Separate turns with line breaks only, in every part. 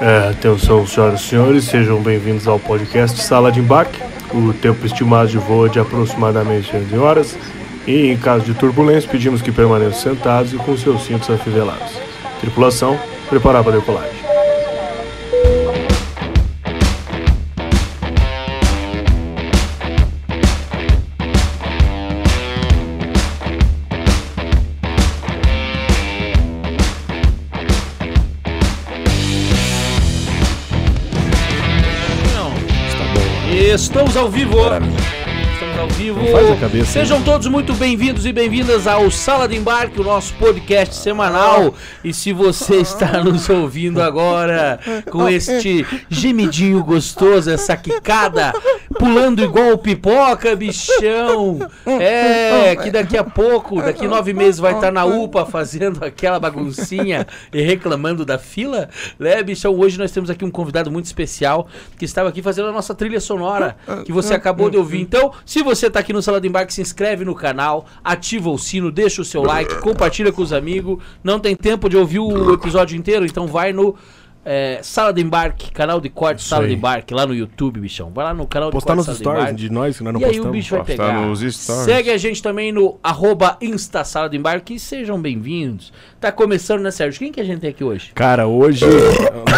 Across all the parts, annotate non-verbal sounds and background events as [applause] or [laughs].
É, atenção, senhoras e senhores, sejam bem-vindos ao podcast Sala de Embarque. O tempo estimado de voo é de aproximadamente 11 horas e, em caso de turbulência, pedimos que permaneçam sentados e com seus cintos afivelados. Tripulação, preparar para a decolagem.
Não. Estamos ao vivo. Estamos ao vivo.
faz a cabeça,
Sejam todos muito bem-vindos e bem-vindas ao Sala de Embarque, o nosso podcast semanal. E se você está nos ouvindo agora com este gemidinho gostoso, essa quicada, pulando igual pipoca, bichão. É, que daqui a pouco, daqui nove meses, vai estar na UPA fazendo aquela
[laughs]
baguncinha e reclamando da fila, né, bichão? Hoje nós temos aqui um convidado muito especial que estava aqui fazendo a nossa trilha sonora
Ah,
que você acabou de ouvir. Então, se você está aqui no Sala do Embarque, se inscreve no canal, ativa o sino, deixa o seu like, compartilha com os amigos. Não tem tempo de ouvir o episódio inteiro, então vai no. é, sala de embarque, canal de corte, sala de
aí.
embarque, lá no YouTube, bichão. Vai lá no canal
Postar
de
nos
corte, Sala de
stories
Embarque.
de nós que nós não um
E aí
postamos.
o bicho vai
postar
pegar.
Tá nos stories.
Segue a gente também no arroba Insta Sala do Embarque e sejam bem-vindos. Tá começando, né, Sérgio? Quem que a gente tem aqui hoje?
Cara, hoje.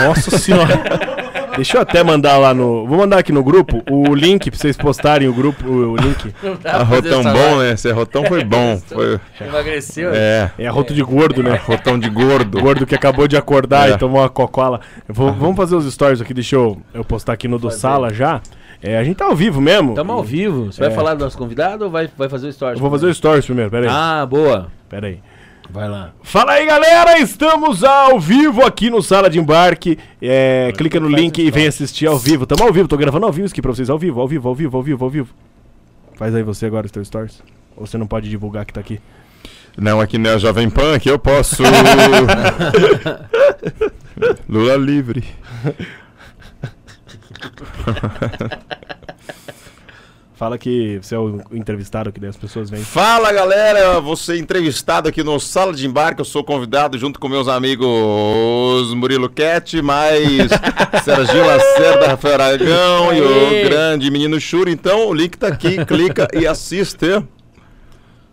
Nossa
[laughs]
senhora. Deixa eu até mandar lá no. Vou mandar aqui no grupo o link pra vocês postarem o grupo, o link.
Não dá [laughs] pra fazer
Arrotão
Tá essa
bom,
live.
né? Esse arrotão foi bom. Foi...
Emagreceu.
É.
É arroto de gordo, né?
Arrotão de gordo.
Gordo que acabou de [laughs] acordar
É.
e tomou uma cocola. Eu vou- vamos fazer os stories aqui, deixa eu, eu postar aqui no do sala já. É, a gente tá ao vivo mesmo.
Tamo ao vivo. Você vai
É.
falar do nosso convidado ou vai, vai fazer o story?
Eu vou fazer o stories primeiro, peraí.
Ah, boa.
Peraí.
Vai lá.
Fala aí, galera! Estamos ao vivo aqui no Sala de Embarque. É, clica no link e vem assistir ao vivo. Tamo ao vivo, tô gravando ao vivo isso aqui pra vocês. Ao vivo, ao vivo, ao vivo, ao vivo, ao vivo. Faz aí você agora os teus stories. Ou você não pode divulgar que tá aqui.
Não, aqui não é Jovem Pan, aqui eu posso. Lula livre.
Fala que você é o entrevistado que daí as pessoas vêm.
Fala galera, você é entrevistado aqui no Sala de Embarque, eu sou convidado junto com meus amigos Murilo Cat, mais Serginho Lacerda, Rafael Aragão e
Aê.
o grande menino Churo. Então o link tá aqui, clica e assiste.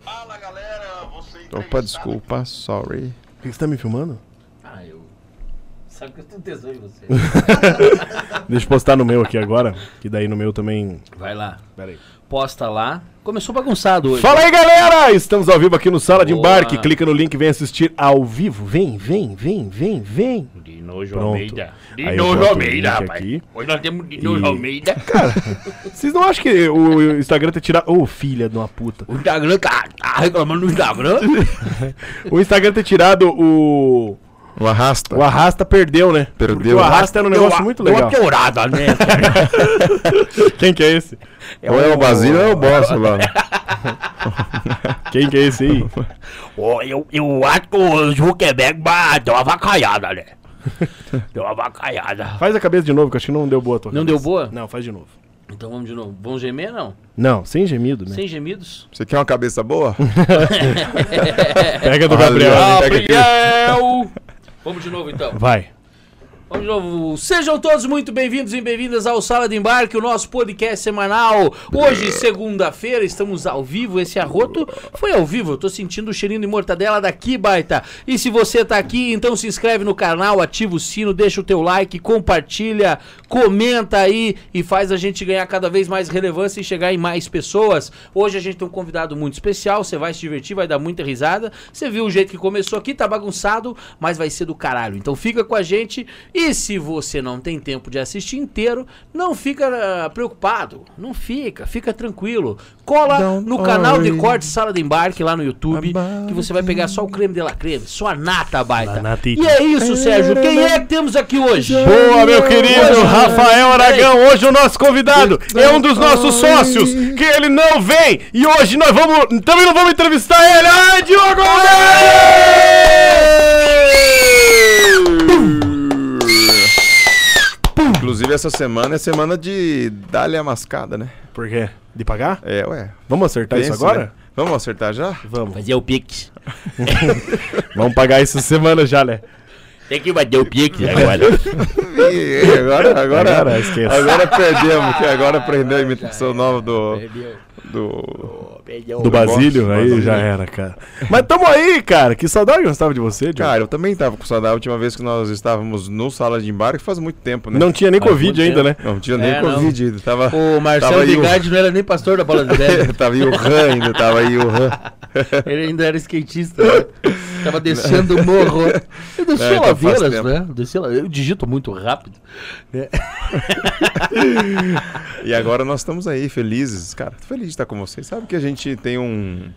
Fala galera, você Opa, desculpa, sorry.
Por que você tá me filmando?
Ah, eu. Sabe que eu tenho tesão em
[laughs]
você.
Deixa eu postar no meu aqui agora, que daí no meu também.
vai lá.
Pera aí.
Posta lá. Começou bagunçado hoje.
Fala aí, galera! Estamos ao vivo aqui no Sala de
Boa.
Embarque. Clica no link e vem assistir ao vivo. Vem, vem, vem, vem, vem.
De nojo
Pronto.
Almeida. De
Aí eu
nojo
boto o
Almeida,
link
rapaz.
aqui.
Hoje nós temos de nojo
E- [laughs]
Almeida.
Vocês não acham que o Instagram ter tirado. Ô, filha de uma puta.
O Instagram tá, tá reclamando do Instagram.
O Instagram ter tirado o.
O arrasta.
O Arrasta perdeu, né?
Perdeu.
Porque o Arrasta era um negócio
Deu a-
muito
deu
legal.
Uma piorada, né?
[laughs] Quem que é esse?
Ou é o Basílio ou é o Bossa lá.
Quem que é esse aí?
Ó, eu, eu acho que o Zuckerberg bah, deu uma vacaiada, né? Deu uma vacaiada.
Faz a cabeça de novo, que eu acho que não deu boa a tua
Não
cabeça.
deu boa?
Não, faz de novo.
Então vamos de novo. Vão gemer, não?
Não, sem gemido, né?
Sem gemidos?
Você quer uma cabeça
[laughs]
boa?
Pega do
Olha.
Gabriel. né?
pega aqui.
Gabriel! [laughs] Vamos de novo, então.
Vai.
Vamos de novo. Sejam todos muito bem-vindos e bem-vindas ao Sala de Embarque, o nosso podcast semanal. Hoje, segunda-feira, estamos ao vivo. Esse arroto foi ao vivo. Eu tô sentindo o cheirinho de mortadela daqui, baita. E se você tá aqui, então se inscreve no canal, ativa o sino, deixa o teu like, compartilha, comenta aí e faz a gente ganhar cada vez mais relevância e chegar em mais pessoas. Hoje a gente tem um convidado muito especial, você vai se divertir, vai dar muita risada. Você viu o jeito que começou aqui, tá bagunçado, mas vai ser do caralho. Então fica com a gente e se você não tem tempo de assistir inteiro, não fica ah, preocupado, não fica, fica tranquilo. Cola
Don't
no canal de
worry.
corte Sala de Embarque lá no YouTube,
About
que você vai pegar só o creme de la creme, só a nata baita.
A natita.
E é isso, Sérgio. Quem é que temos aqui hoje?
Boa, meu querido
Hoje-
Rafael Aragão. Hoje o nosso convidado é um dos nossos sócios, que ele não vem. E hoje nós vamos, também não vamos entrevistar ele. Ai, Diogo!
Inclusive, essa semana é semana de dar-lhe a mascada, né?
Por quê? De pagar?
É, ué.
Vamos acertar
Pensa,
Tá isso agora?
né? Vamos acertar já?
Vamos.
Fazer o pix.
Vamos pagar isso semana já, né?
Tem que bater o pique agora.
[laughs] Ih, agora, agora,
Agora
agora,
esquece.
perdemos, que agora aprendeu a imitação nova do. do...
Do Basílio, aí
Basílio.
já era, cara. Mas tamo aí, cara. Que saudade que eu estava de você, Diogo.
Cara, eu também tava com saudade a última vez que nós estávamos no sala de embarque, faz muito tempo, né?
não tinha nem
Faz
Covid
muito
ainda, né?
tempo.
não tinha nem
É, não.
Covid, ainda, tava.
O Marcelo
Tava aí um- o-
Bigard não era nem pastor da
Tá
bola de
[laughs]
neve.
tava aí o Han ainda, tava aí o Han.
Ele ainda era skatista. Né? Tava descendo o morro. Eu desci
É, então faz
laveiras,
tempo.
né? Desci la... Eu digito muito rápido.
E agora nós estamos aí, felizes. Cara, tô feliz de estar com vocês. Sabe que a gente tem um.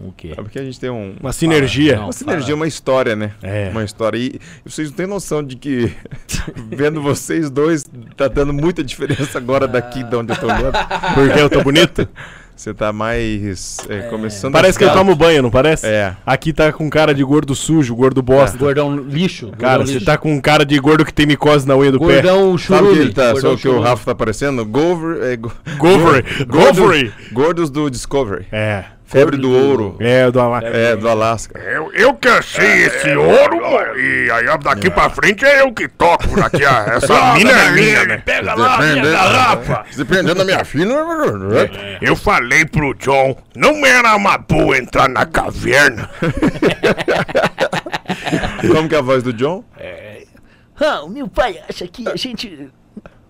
O quê?
Sabe que a gente tem um.
Uma sinergia.
não.
Uma sinergia, uma história, né?
É.
Uma história. E vocês não têm noção de que [laughs] vendo vocês dois tá dando muita diferença agora daqui de onde eu tô olhando.
Porque eu tô bonito.
Você tá mais é, começando.
Parece
a
que eu
ficar-
tomo banho, não parece?
É.
Aqui tá com cara de gordo sujo, gordo bosta.
Gordão lixo. gordão
Cara, você
lixo.
tá com cara de gordo que tem micose na unha do pé.
Gordão
Sabe o
churume.
que ele tá,
gordão
só que o
churume.
Rafa tá aparecendo? Gover, é, go-
Govery,
gordos-
Govery.
Gordos do Discovery.
É.
Febre do ouro.
É, do Amar.
É, do Alasca.
Eu, eu que
É,
achei esse ouro mano, e aí ó, daqui pra frente é eu que toco daqui. ó.
[laughs]
Essa mina é minha, né?
Pega lá minha [laughs] garrafa! Dependendo da minha filha. né?
Eu falei pro John, não era uma boa entrar na caverna.
Como que é a voz do John?
Ah, o meu pai acha que a gente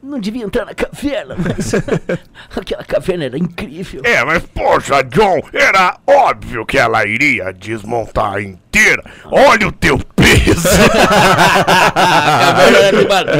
não devia entrar na caverna, mas [laughs] aquela caverna era incrível.
É, mas poxa, John, era óbvio que ela iria desmontar inteira. Olha o teu peso. [laughs]
Ah, velho, ele bateu.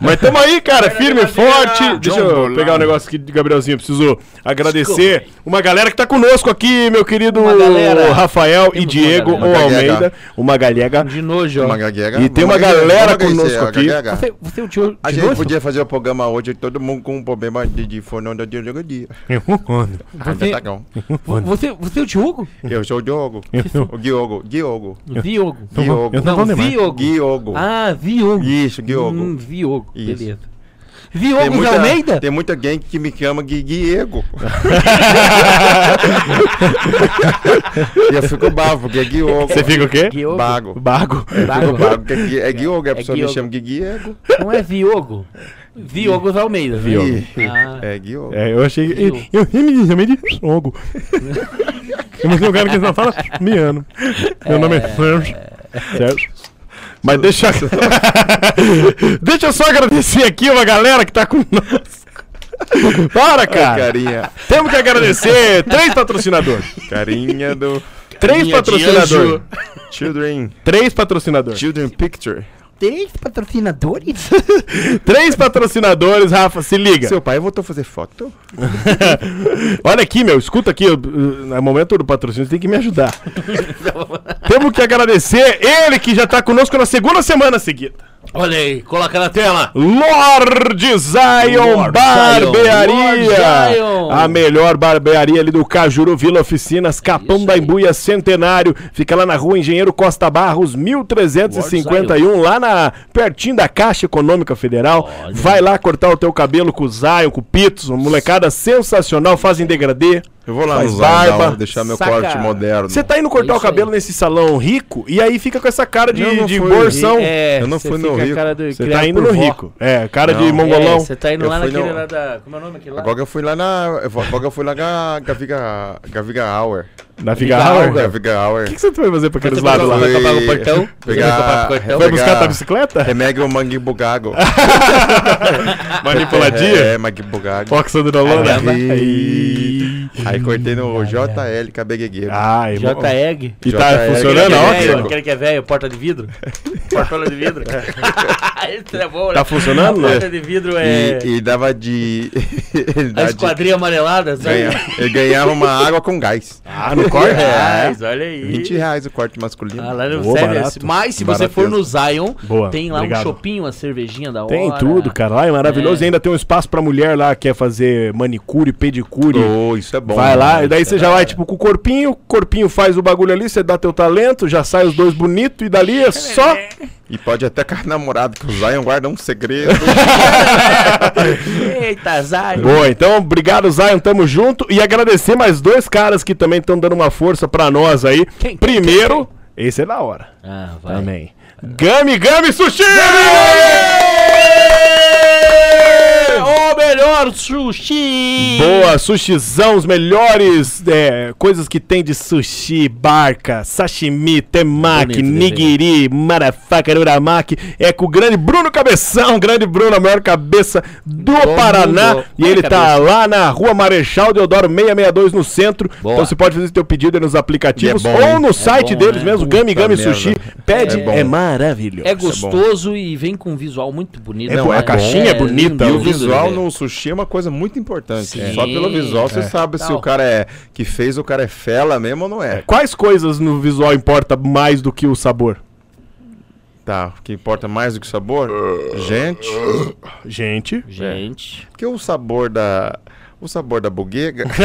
Mas tamo aí, cara, firme e forte. Deixa eu pegar um negócio aqui de Gabrielzinho. Preciso agradecer uma galera que tá conosco aqui, meu querido
galera.
Rafael e
uma
Diego
galera.
ou
Uma gaguega.
Almeida. Uma galega.
De nojo. ó.
Uma gaguega.
E tem uma
gaguega,
galera
uma gagueira,
conosco
uma
aqui.
gaguega.
Você, você é o tio.
A
de
gente
nojo?
podia fazer o programa hoje, todo mundo com um problema de, de fonão da dia. tá
Você, você, você é o Diogo?
Eu sou o Diogo. O Diogo. Diogo.
Diogo.
Diogo.
Não
Não,
vou lembrar.
Diogo.
Diogo.
Ah, Diogo.
Isso, Diogo.
Hum, Diogo.
Isso.
Beleza. Diogo de Almeida?
tem muita gente que me chama de Diego. e eu fico bavo, porque é Diogo.
[laughs] Você fica o quê?
Diogo.
Bago.
Bago.
Fico
Bago.
bago, porque é Gui- é Diogo, a pessoa me
Diogo.
chama de Diego.
Não é Diogo. Diogo de Almeida. né?
Ih,
Ah.
É Diogo.
É, eu achei. Eu, eu me chamei de [laughs] Songo. Eu me um cara que não fala miano. Meu nome é Sérgio. Sérgio. Mas deixa. [laughs] deixa eu só agradecer aqui uma galera que tá com nós. Para, cara.
Carinha.
Temos que agradecer três patrocinadores.
Carinha do
Três patrocinadores.
Children.
Três patrocinadores.
Children Picture.
Três patrocinadores?
Três patrocinadores, Rafa, se liga.
Seu pai voltou a fazer foto?
Olha aqui, meu, escuta aqui, eu, eu, no momento do patrocínio você tem que me ajudar. Temos que agradecer ele que já tá conosco na segunda semana seguida.
Olha aí, coloca na tela.
Lord Zion
Lord
Barbearia.
Lord Zion.
A melhor barbearia ali do Cajuru Vila Oficinas, Capão da Embuia Centenário. Fica lá na rua Engenheiro Costa Barros, 1351, lá na pertinho da Caixa Econômica Federal. Vai lá cortar o teu cabelo com o Zion, com o Pitos, uma molecada sensacional, fazem degradê.
Eu vou lá
Faz
no Zardal,
barba,
deixar meu
saca.
corte moderno.
Você tá indo cortar o
É isso
cabelo
aí.
nesse salão rico e aí fica com essa cara de,
Não, não
de
fui.
borsão.
É,
Eu não
você
fui no
fica a
Rico.
cara do-
Você
criado
tá indo
por
no
vó.
rico. É, cara de
Não.
mongolão.
É, você tá indo
Um Eu
lá
fui
naquele
no-
lá da. Como é o nome aquele lá?
Agora que eu fui lá na. Agora que eu fui lá na Gaviga. Gaviga Hour.
Na Figa
Figa
Hour.
Hour.
O
Gaviga Hour.
que, que você foi fazer pra aqueles
Você vai
lados lá?
comprar-
Fui
vai comprar no portão? Você vai É, comprar
Pegar.
no portão?
Foi
pegar
buscar tua
[laughs]
bicicleta?
Remédio ao Mangue Bugago. É,
Manipuladinha?
é, Mangue Bugago.
Foxa do Holanda?
Caramba.
Ih.
Aí cortei no JL Cabeguegue.
Ai, irmão.
JEG.
E tá
JL.
funcionando a
Ele é
Ox?
velho.
Aquele que é velho, porta de
[laughs]
vidro. Portola de vidro. [laughs] Esse é bom, né?
Tá funcionando? né?
Porta de vidro é.
E, e dava de. [laughs] ele
A
dava de
esquadrinha amarelada, sabe?
ganha- ele ganhava uma água com gás.
Ah, no corte?
reais,
É.
olha aí.
20 reais o corte masculino.
Ah, lá no
Boa,
sério,
barato.
Mas se você
Barato
for
mesmo.
no Zion,
Boa,
tem lá
obrigado.
um chopinho, uma cervejinha da hora.
Tem tudo, cara. Lá é maravilhoso.
É.
E ainda tem um espaço pra mulher lá que quer fazer manicure, pedicure.
Oh, isso é bom.
vai lá, e daí
isso
você
é
já
da
vai,
hora.
tipo, com o corpinho, o corpinho faz o bagulho ali, você dá teu talento, já sai os dois bonitos, e dali é só.
E pode até cair namorado, que o Zion guarda um segredo.
Eita, Zion.
Boa, então, obrigado, Zion, tamo junto. E agradecer mais dois caras que também estão dando uma força pra nós aí.
Quem?
Primeiro, Esse é da hora.
Ah, vai.
Também. Gami Gami Sushi!
É O melhor sushi!
Boa, sushizão, os melhores é, coisas que tem de sushi, barca, sashimi, temaki,
Bonito,
nigiri, marafaka, uramaki. É com o grande Bruno Cabeção, grande Bruno, a maior cabeça do
Bom
Paraná.
mundo.
E ele
Ai,
tá lá na rua Marechal Deodoro 662 no centro.
Boa.
Então você pode fazer seu pedido aí nos aplicativos
E é bom,
ou no
hein?
site
bom,
deles
né?
mesmo, Gami
Puta
Gami
merda.
Sushi. Pede,
É bom.
é, maravilhoso.
É gostoso e vem com um visual muito bonito.
É bo- a caixinha é bonita,
E
Então,
o
lindo de
visual
ver.
no sushi é uma coisa muito importante.
Sim.
Só pelo visual você sabe se
Não.
o cara é que fez, o cara é fela mesmo ou não é.
Quais coisas no visual importa mais do que o sabor?
Tá, o que importa mais do que o sabor? Gente,
Gente.
Gente.
porque o sabor da o sabor da buguega [laughs]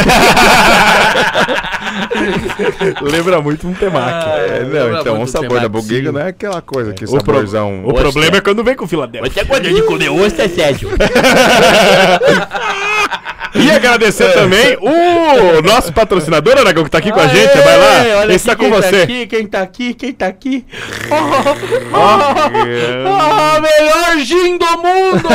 Lembra muito um temaki.
É, não,
lembra
então
muito do
o sabor da
temaki,
buguega
sim.
não é aquela coisa que
O, pro-
saborzão.
o problema é quando vem com Filadélfia.
Até quando a gente é comeu ostra, Sérgio?
E [laughs] agradecer também o nosso patrocinador, Aragão, que tá aqui com a gente. Vai lá, ele está com você.
quem tá aqui, quem
[laughs]
tá aqui. Oh,
Ah,
melhor gin do
[laughs]
mundo!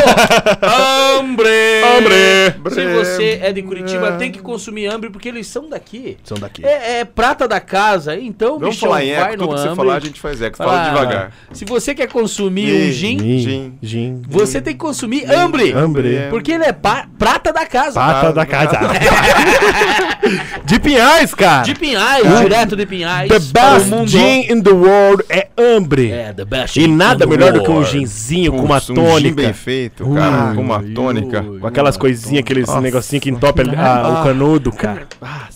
Hambre!
né?
Hambre.
Se você é de Curitiba, tem que consumir hambre, porque eles são daqui.
São daqui.
É, é prata da casa, então,
Vamos
bichão,
falar em
vai
eco,
no
tudo que
hambre.
você falar a gente faz eco. Fala
Ah,
devagar.
Se você quer consumir um
Ih,
gin,
Gin.
Gin.
você tem que consumir hambre.
Hambre.
Porque ele é pa- prata da casa.
Pata da Tá casa.
Tá
De Pinhais, cara.
De Pinhais, direto de Pinhais.
The
para o
best
mundo.
gin in the world é hambre.
É, the best.
E nada
in the
melhor do que um
world.
ginzinho com
Putz,
uma
Um gin bem
tônica.
feito, cara.
Ui,
com uma tônica.
Com aquelas coisinhas, aqueles negocinhos que entope a- o canudo, cara.
Ah,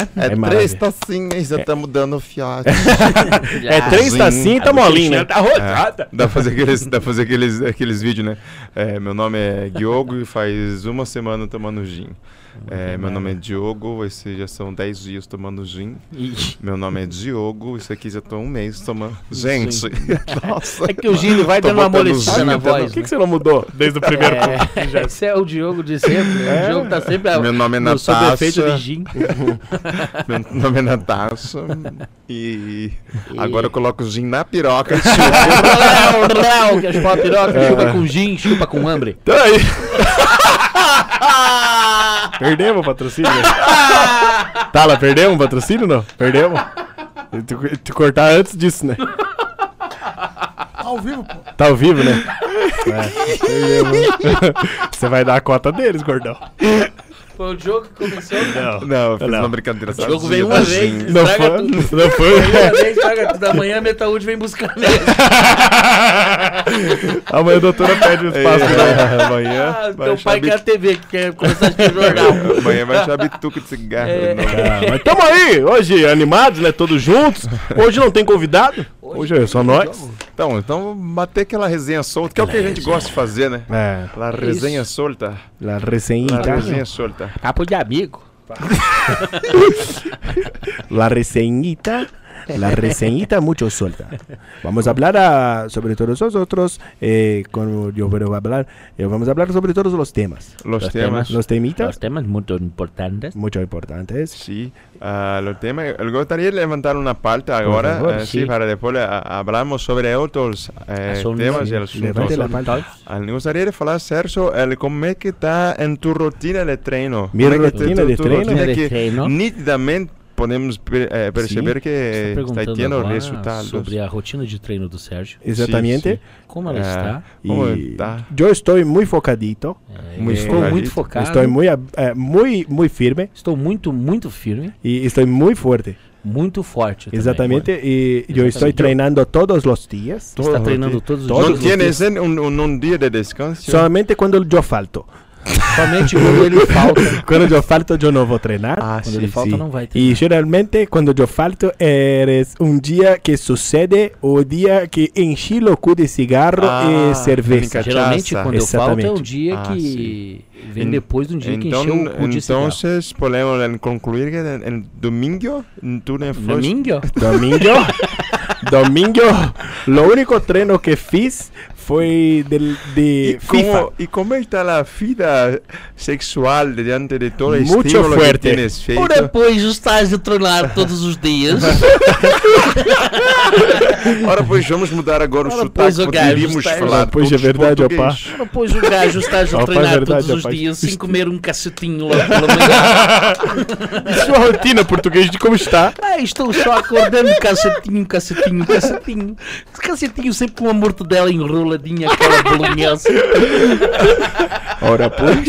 É, três
maravilha.
tacinhas, já tá estamos dando fiado.
É três
Gin.
tacinhas e tá molinho, né?
É, dá pra fazer aqueles, dá pra fazer aqueles, aqueles vídeos, né? É, meu nome é Diogo e faz uma semana tomando gin. É, meu nome é Diogo, esse já são 10 dias tomando gin. Meu nome é Diogo, isso aqui já tô um mês tomando.
[laughs]
Gente, nossa.
É que o Gino vai
Tô
dando uma
botando
amolecida
gin
na
até
Por
voz.
que,
né?
que você não mudou desde o primeiro?
É, esse é o Diogo de sempre. né? O Diogo tá sempre a-
É. Meu nome é
no sob
Natasha.
efeito de
[laughs]
gin.
Meu nome é Natasha e agora eu coloco gin na
[laughs]
piroca. tio.
Rau, rau, que é chupar piroca, chupa com gin, chupa com hambre.
Então aí.
[laughs]
perdemos o patrocínio? Tala, perdemos o patrocínio não? Perdemos? Eu te, eu te cortar antes disso, né?
Ao vivo, pô.
Tá ao vivo, né? É, perdemos. Você vai dar a cota deles, gordão.
Foi o Diogo que começou.
É. Não, eu fiz
Não.
uma brincadeira.
O Diogo veio uma
sardinha, tá,
vez,
gin.
Não
estraga
foi?
tudo.
Não
Veio
foi?
uma vez, estraga tudo. Da manhã, Metaúde vem buscar nele.
Amanhã a doutora pede o espaço. né?
[laughs]
É, amanhã.
Ah,
vai
Teu
achar
pai quer a
bit-
TV, que quer começar a assistir jornal.
Amanhã vai achar bituca de cigarro.
É.
não.
Ah, mas tamo aí, hoje animados, né? Todos juntos. Hoje não tem convidado. Hoje é só nós.
Então, então vamos bater aquela resenha solta, que é o que a gente gosta de fazer, né?
É. Então.
La resenha solta.
La receinha.
La resenha solta.
Papo de amigo.
La reseñita, la reseñita mucho suelta. Vamos a hablar ah, sobre todos nosotros, eh, como yo puedo hablar, eh, vamos a hablar sobre todos los temas.
Los,
Los
temas.
temas.
Los temitas,
temas muito importantes.
mucho importantes.
Sí, ah, los temas. eh, gustaría levantar una parte ahora,
favor,
eh, sí,
sí.
para después ah, hablamos sobre otros eh,
Asuntos,
temas
Ah, sí.
y asuntos.
Levante la mano.
Ah, me gustaría de hablar, Sergio, el, cómo es que está en tu rutina de treino.
Mi
Cómo es que
rutina
tu-
de
tu
treino?
rutina
De
que
treino.
Nítidamente podemos per- eh, perceber que está teniendo resultados.
tá sobre a rotina de treino do Sérgio.
Exactamente.
Como ela
Ah,
está?
¿cómo
Y
está?
yo estoy muy focadito,
É, Muito
estou
focadito.
muito focado.
estoy muy, ab- eh, muy, muy firme
Estou muito, muito firme.
y estoy muy fuerte.
Muito forte. também.
Exactamente. Y yo estoy
Exactamente.
entrenando todos los días.
Está treinando todos os
Não
dias.
tienes eh, un, un- un día de descanso?
Solamente cuando yo falto.
Somente quando
[laughs]
ele falta.
Cuando yo falto, yo no voy a entrenar.
Quando ele falta, não vai
Y
treinar.
generalmente cuando yo falto eres un día que sucede o día que enchi loco de cigarro
Ah,
y cerveza.
cachaça.
Geralmente, quando eu falto, é um
Exatamente.
dia
Ah,
que vem
En-
depois de um dia que
então,
encheu o cu de cigarro.
Entonces, podemos eh, concluir que en, en domingo tú no
é
fuiste-
Domingo?
Domingo, domingo, lo único treno que fiz foi de, de
E [laughs] como, y cómo está la vida sexual delante de todo el
Mucho
estímulo que
fuerte.
tienes feito?
Ou depois estás a treinar todos os
[laughs]
dias.
Ora, pois vamos mudar agora o
Ora,
sotaque
pois, o
porque
gajo
iríamos
está-
falar
Ora, pois,
todos
é verdade, opá.
português.
Depois o gajo estás a
é
Rapaz,
treinar
verdade,
todos os
rapaz.
dias sem comer um cacetinho logo pela manhã.
Sua rotina português de como está?
Ah,
é um
estou só acordando cacetinho, cacetinho, cacetinho. Cacetinho sempre com a mortadela enroladinha, aquela
[laughs]
bolonhesa.
Ora, pois.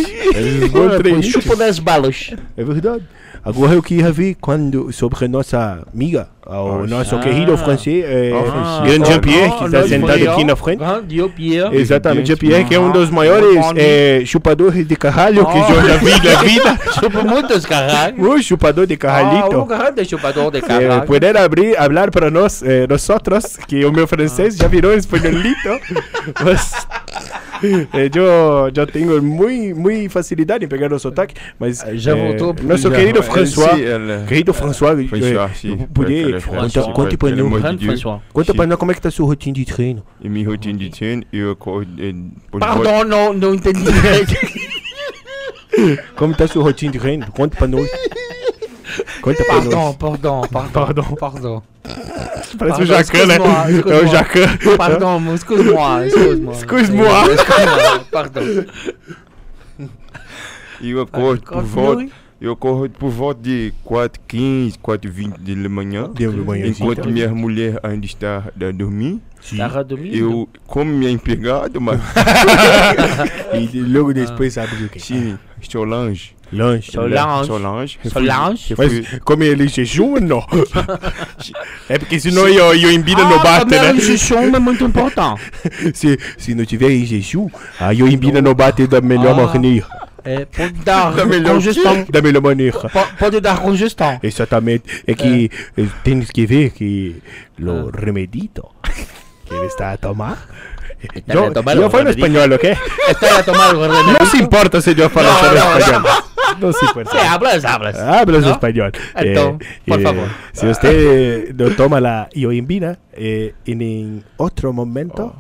Ora, pois, Chupa das balas.
É verdade. Agora eu queria ver quando, sobre a nossa amiga, o nosso querido francês, é,
Ah,
Grande Jean-Pierre,
Ah,
que está
não,
sentado
foi, ó.
aqui na frente.
Ah, Diogo Pierre.
Exatamente, Jean-Pierre, que é um dos maiores é, chupadores de caralho que eu já vi na vida.
Chupa
[laughs]
muitos caralhos.
Um chupador de
Ah, um
caralhito.
grande chupador de
É,
caralho.
poder abrir, falar para nós, é, nós outros, que o meu francês já virou espanholito, mas é, eu, eu tenho muito, muito facilidade em pegar o sotaque, mas
já
é,
voltou pro-
nosso
já-
querido
Ele
François,
se- ele-
Querido François, é,
François, sim.
poder,
François,
conta, Então, conta pra
pelo amor
nós,
de
Grande
Deus.
François.
conta pra nós como é que tá sua rotina de treino.
E minha rotina de treino, eu acordo... eh, por volta-
Pardon, não,
[laughs]
não entendi.
Como tá sua rotina de treino? Conta pra nós. Conta pra
Pardon,
nós.
pardon, pardon, pardon.
Parece né?
pardon, excuse-moi, excuse-moi.
É Jacan.
Pardon, excuse-moi, excuse-moi.
Excuse-moi.
Excuse-moi, Pardon.
Eu acordo por
Acordo
volta...
muito.
Eu acordo por volta de 4h15, 4h20 da manhã.
Deu de manhãzinha.
Enquanto minha mulher ainda está a dormir,
Tava dormindo?
eu como minha
[laughs]
empregada, mas [laughs]
E logo depois abre o quê?
sim, Solange.
Lanche.
Solange.
Solange.
Solange.
Mas como ele jejum, [laughs] não. é porque senão eu, eu embira no
Ah,
bate, né?
também o jejum é muito importante.
Se, se não tiver em jejum, aí eu embira no bate da melhor
Ah.
maneira.
[laughs] É, pode dar
Da Tá melhor,
congestão.
da melhor maneira.
Po- Pode dar congestão.
Exatamente. É que eh, temos que ver que o remedito que ele está a tomar. Eu,
a tomar
eu
o
falo
remedito.
espanhol, ok?
Está a É, tá, tomar né? o remédio.
Não se importa se eu falo só
não,
espanhol. Não se
Você
É,
importa. Ah,
abre as abras.
Hablas
Não?
espanhol.
Então, por
eh,
favor.
Se você não toma a ioimbina eh, em outro momento,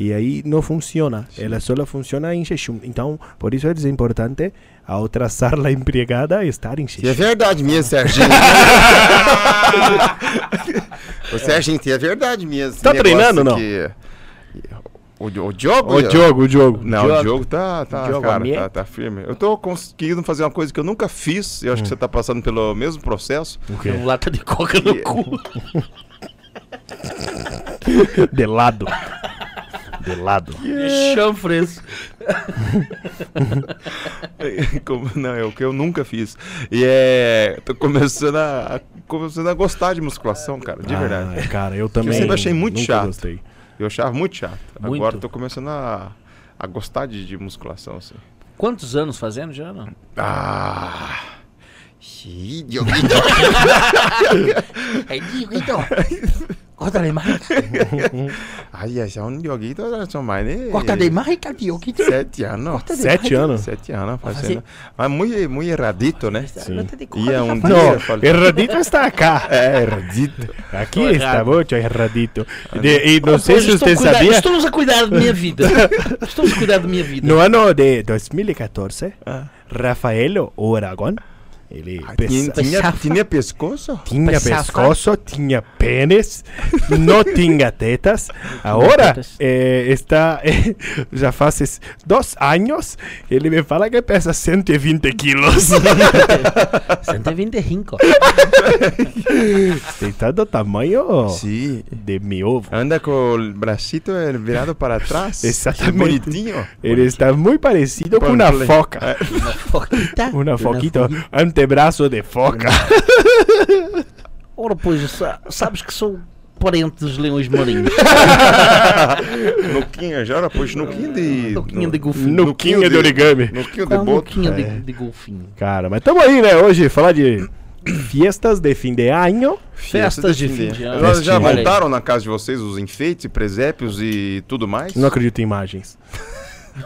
e aí não funciona. Ela só funciona em jejum. Então, por isso é importante ao traçar [laughs] a empregada estar em
É
jejum.
verdade mesmo, Serginho.
[laughs]
Ô, Serginho, é verdade mesmo. esse
Tá
negócio
treinando ou não?
é
que- O, o Diogo?
Ô, Diogo, Diogo.
Não, o Diogo tá, tá,
Diogo
cara,
Amiet.
tá, tá firme. Eu tô conseguindo fazer uma coisa que eu nunca fiz, eu acho que você tá passando pelo mesmo processo. [laughs]
É
Um lata de coca no cu.
[laughs] De lado. De lado. é?
Chanfres.
Como- não, é o que eu nunca fiz. E é. Tô começando a, a- começando a gostar de musculação, cara, de verdade.
Ah, cara, eu também.
sempre achei muito
nunca
chato.
Gostei.
Eu achava muito chato. Agora
Muito.
tô começando a, a gostar de, de musculação, assim.
Quantos anos fazendo já, não?
Ah!
Ih, Dioguinho.
É, digo, então. Corta demais,
[laughs] Ai, ai, já um joguinho, são mais de.
corta demais, Cadinho.
Sete anos.
Sete anos.
Sete anos fazendo. Mas muito, muito Ah, erradito, né? E é um dia.
Não,
eu falei,
erradito está acá.
É, Ah, erradito.
Aqui está muito erradito. De- e não sei se
estou
você
cuida-
sabia,
Estamos a cuidar da minha
[laughs]
vida. Estamos a cuidar da minha vida.
no ano de 2014,
Ah.
Rafael o Aragón, ele
Tinha,
pesa-
tinha,
Pensava.
tinha pescoço?
tinha
pensava.
pescoço, tinha pênis, [laughs] não tinha tetas. Agora
tetas.
eh, está, já faz dois anos, ele me fala que pesa 120
[laughs]
quilos.
tá 125.
Você está do tamanho
Sim.
de mi ovo.
Anda com o bracito eh, virado para trás.
Exatamente.
Bonitinho.
Ele está muito parecido com uma
Pamplé.
foca.
Foquita.
É. Uma foquita, antebraço de foca.
Ora, pois, sa- sabes que sou parente dos leões
[laughs]
marinhos.
Nuquinha, já era, pois, nuquinha de...
Toquinha
nu-
de golfinho.
Nuquinha um de É. origami.
Nuquinha de
Qual
boto.
Toquinha um de, de golfinho.
Cara, mas estamos aí, né? Hoje falar de fiestas de fim de ano.
é
Festas de fim de ano.
Elas já
Festinha.
montaram na casa de vocês os enfeites, presépios e tudo mais?
Não acredito em imagens.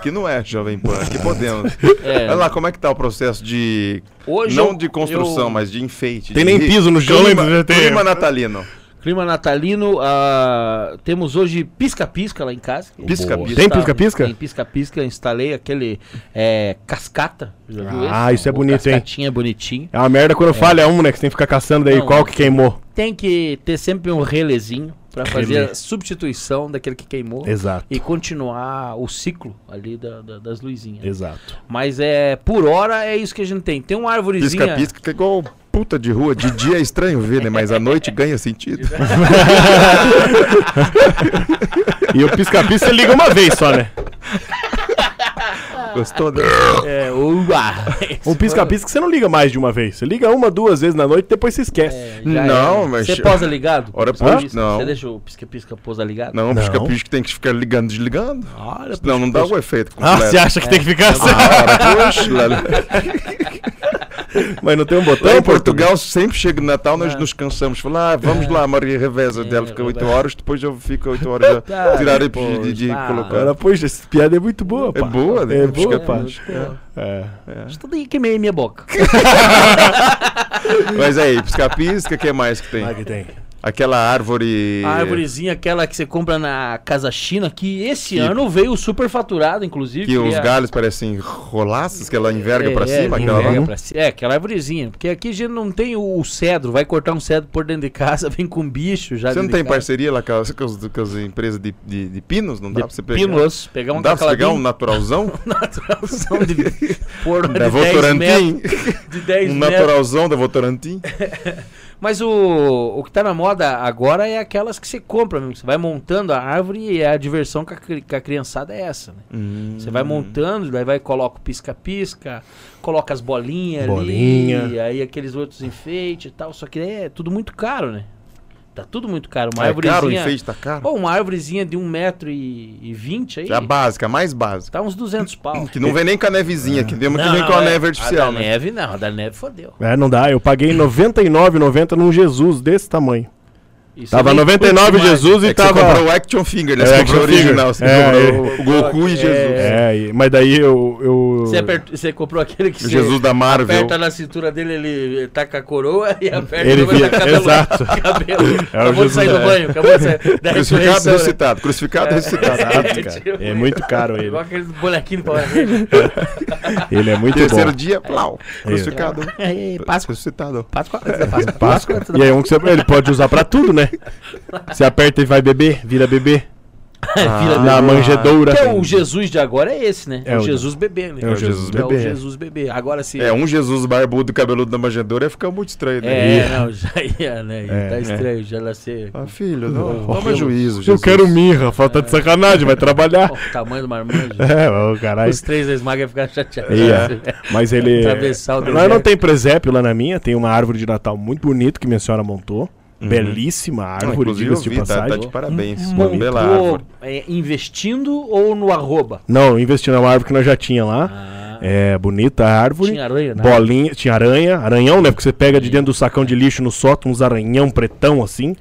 Que não é, Jovem Pan, que podemos.
É.
Olha lá, como [laughs] é que tá o processo de...
Hoje
não
eu-
de construção,
eu-
mas de enfeite.
Tem
de-
nem piso no chão,
clima,
lembra? Tem-
clima natalino.
Clima natalino, ah, temos hoje pisca-pisca lá em casa.
Pisca-pisca.
Tem pisca-pisca?
Tem pisca-pisca, instalei aquele é, cascata. já viu
Ah, isso é
O
bonito, hein?
Cascatinha bonitinho.
É uma merda quando falha um, né? Que você tem que ficar caçando daí
Não,
qual que queimou.
Tem que ter sempre um relezinho pra fazer
Relé.
a substituição daquele que queimou.
Exato.
E continuar o ciclo ali da- da- das luzinhas.
Exato. [laughs]
Mas é por hora é isso que a gente tem. Tem uma arvorezinha.
Pisca-pisca, que é igual puta de rua. De dia é estranho ver, né? Mas à noite ganha sentido.
E o pisca-pisca você liga uma vez só, né?
[laughs] Gostou, né?
É, uá.
[laughs] Um pisca-pisca você não liga mais de uma vez. Você liga uma, duas vezes na noite e depois você esquece.
É, Já
é.
Não,
era.
mas-
Você posa ligado?
Ora,
Pisca-pisca?
pois, não.
Você deixa o pisca-pisca posa ligado?
Não, pisca-pisca tem que ficar ligando, desligando.
Olha,
Senão não dá o efeito
Ah,
completo.
você acha que tem que ficar assim?
Ora, poxa, lá-
Mas não tem um botão
Lá em
em português?
Portugal, sempre chega no Natal,
É.
nós nos cansamos. Falar, ah, vamos lá, Maria Reveza dela, fica 8 horas, depois eu fico 8 horas já
Tá,
tirar e
depois,
de, de
tá.
colocar.
Cara, poxa, essa piada é muito boa, pá.
É boa, né?
É boa,
Pisca-pisca.
pá.
é.
É.
Estou daí queimei minha boca.
Mas é aí, pisca-pisca, o que mais que tem?
Ah, que tem.
Aquela árvore.
A árvorezinha, aquela que você compra na Casa China, que esse ano veio super faturado, inclusive.
Que os
queria-
galhos parecem rolaços, que ela enverga
É,
pra
é,
cima,
que
aquela
enverga
lá.
pra ci- É, aquela árvorezinha. Porque aqui a gente não tem o, o cedro. Vai cortar um cedro por dentro de casa, [laughs] vem com bicho já.
Você não
dentro de
tem
casa.
parceria lá com as, com as- com as empresas de, de- de pinos? Não dá pra você pegar.
Pinos, pegar um
Não dá pra você pegar um
daquela [laughs]
naturalzão?
bem naturalzão
[laughs]
de, por, de
da
10 metros.
Votorantim?
De 10
Um
metros.
naturalzão da Votorantim?
Mas o, o que tá na moda agora é aquelas que você compra mesmo. Você vai montando a árvore e a diversão com a, cri- com a criançada é essa, né?
Hum,
Você
Uhum.
vai montando, daí vai coloca o pisca-pisca, coloca as bolinhas ali,
Bolinha.
aí aqueles outros enfeites e tal. Só que é tudo muito caro, né? Tá tudo muito caro. Uma
Ah, é
árvorezinha.
caro, o enfeite tá caro.
Pô, uma árvorezinha de 1,20m aí.
É a básica, a mais básica.
Tá uns 200 pau.
Que não vem nem com a nevezinha, que mesmo que vem com
não,
a
é-
neve
a
artificial,
da
né?
neve não, a da neve fodeu.
É, não dá. Eu paguei 99,90 num Jesus desse tamanho.
Isso
Tava
é meio
99
curto demais.
Jesus
É
e
que
tava...
você comprou o Action Finger, né?
É,
Você comprou o
action figure.
original, você
É,
comprou o Goku e Jesus.
É, e- mas daí eu... eu...
Você, apertou- você comprou aquele que
O Jesus da
Aperta
Marvel.
na cintura dele, ele taca a coroa e aperta
Ele
vai
vira-
tacar
[laughs]
[laughs]
exato.
cabelo.
É o
acabou de
Jesus,
sair do
é.
banho, acabou de sair da
[laughs] Crucificado
ressurreição, né?
ressuscitado. Crucificado ressuscitado. Rápido, cara.
Tipo,
É muito caro ele.
Igual aquele bonequinho do Power Ranger.
Ele é muito
Terceiro
bom.
dia, plau. Crucificado. É,
Aí, Páscoa.
Ressuscitado. É,
Páscoa. Páscoa.
É Páscoa. E aí um que você, ele pode usar pra tudo, né? Você aperta e vai beber, vira bebê.
Vira
na Ah, manjedoura.
Então, o Jesus de agora é esse, né? É
É
o
o-
Jesus bebê, né?
é o Jesus
É o
bebê.
Jesus bebê. Agora sim.
É, um Jesus barbudo, cabeludo da manjedoura ia ficar muito estranho, né?
É, não, já ia, né?
É,
tá
é.
estranho, já nasceu.
Ah, filho, não.
Oh,
Toma
eu-
juízo, Jesus.
Eu quero mirra, falta de sacanagem, vai trabalhar. [laughs]
Ó, o tamanho do marmanjo.
É, ô caralho.
Os três da esmaga iam ficar chateados. [laughs]
Ia. É. Mas ele.
Atravessar É. o
Lá não
deserto.
tem presépio lá na minha, tem uma árvore de Natal muito bonita que minha senhora montou. Belíssima
Ah,
árvore,
Uhum. inclusive, eu
diga-se de
vi, tá, tá
passagem. Hum,
de parabéns. Uma bela
Montou
árvore.
é, investindo ou no arroba?
Não, investi na árvore que nós já tinha lá. É, bonita a árvore.
Ah. Tinha aranha, né?
Bolinha, tinha aranha, aranhão, né? Porque você pega de dentro do sacão de lixo no sótão uns aranhão pretão assim.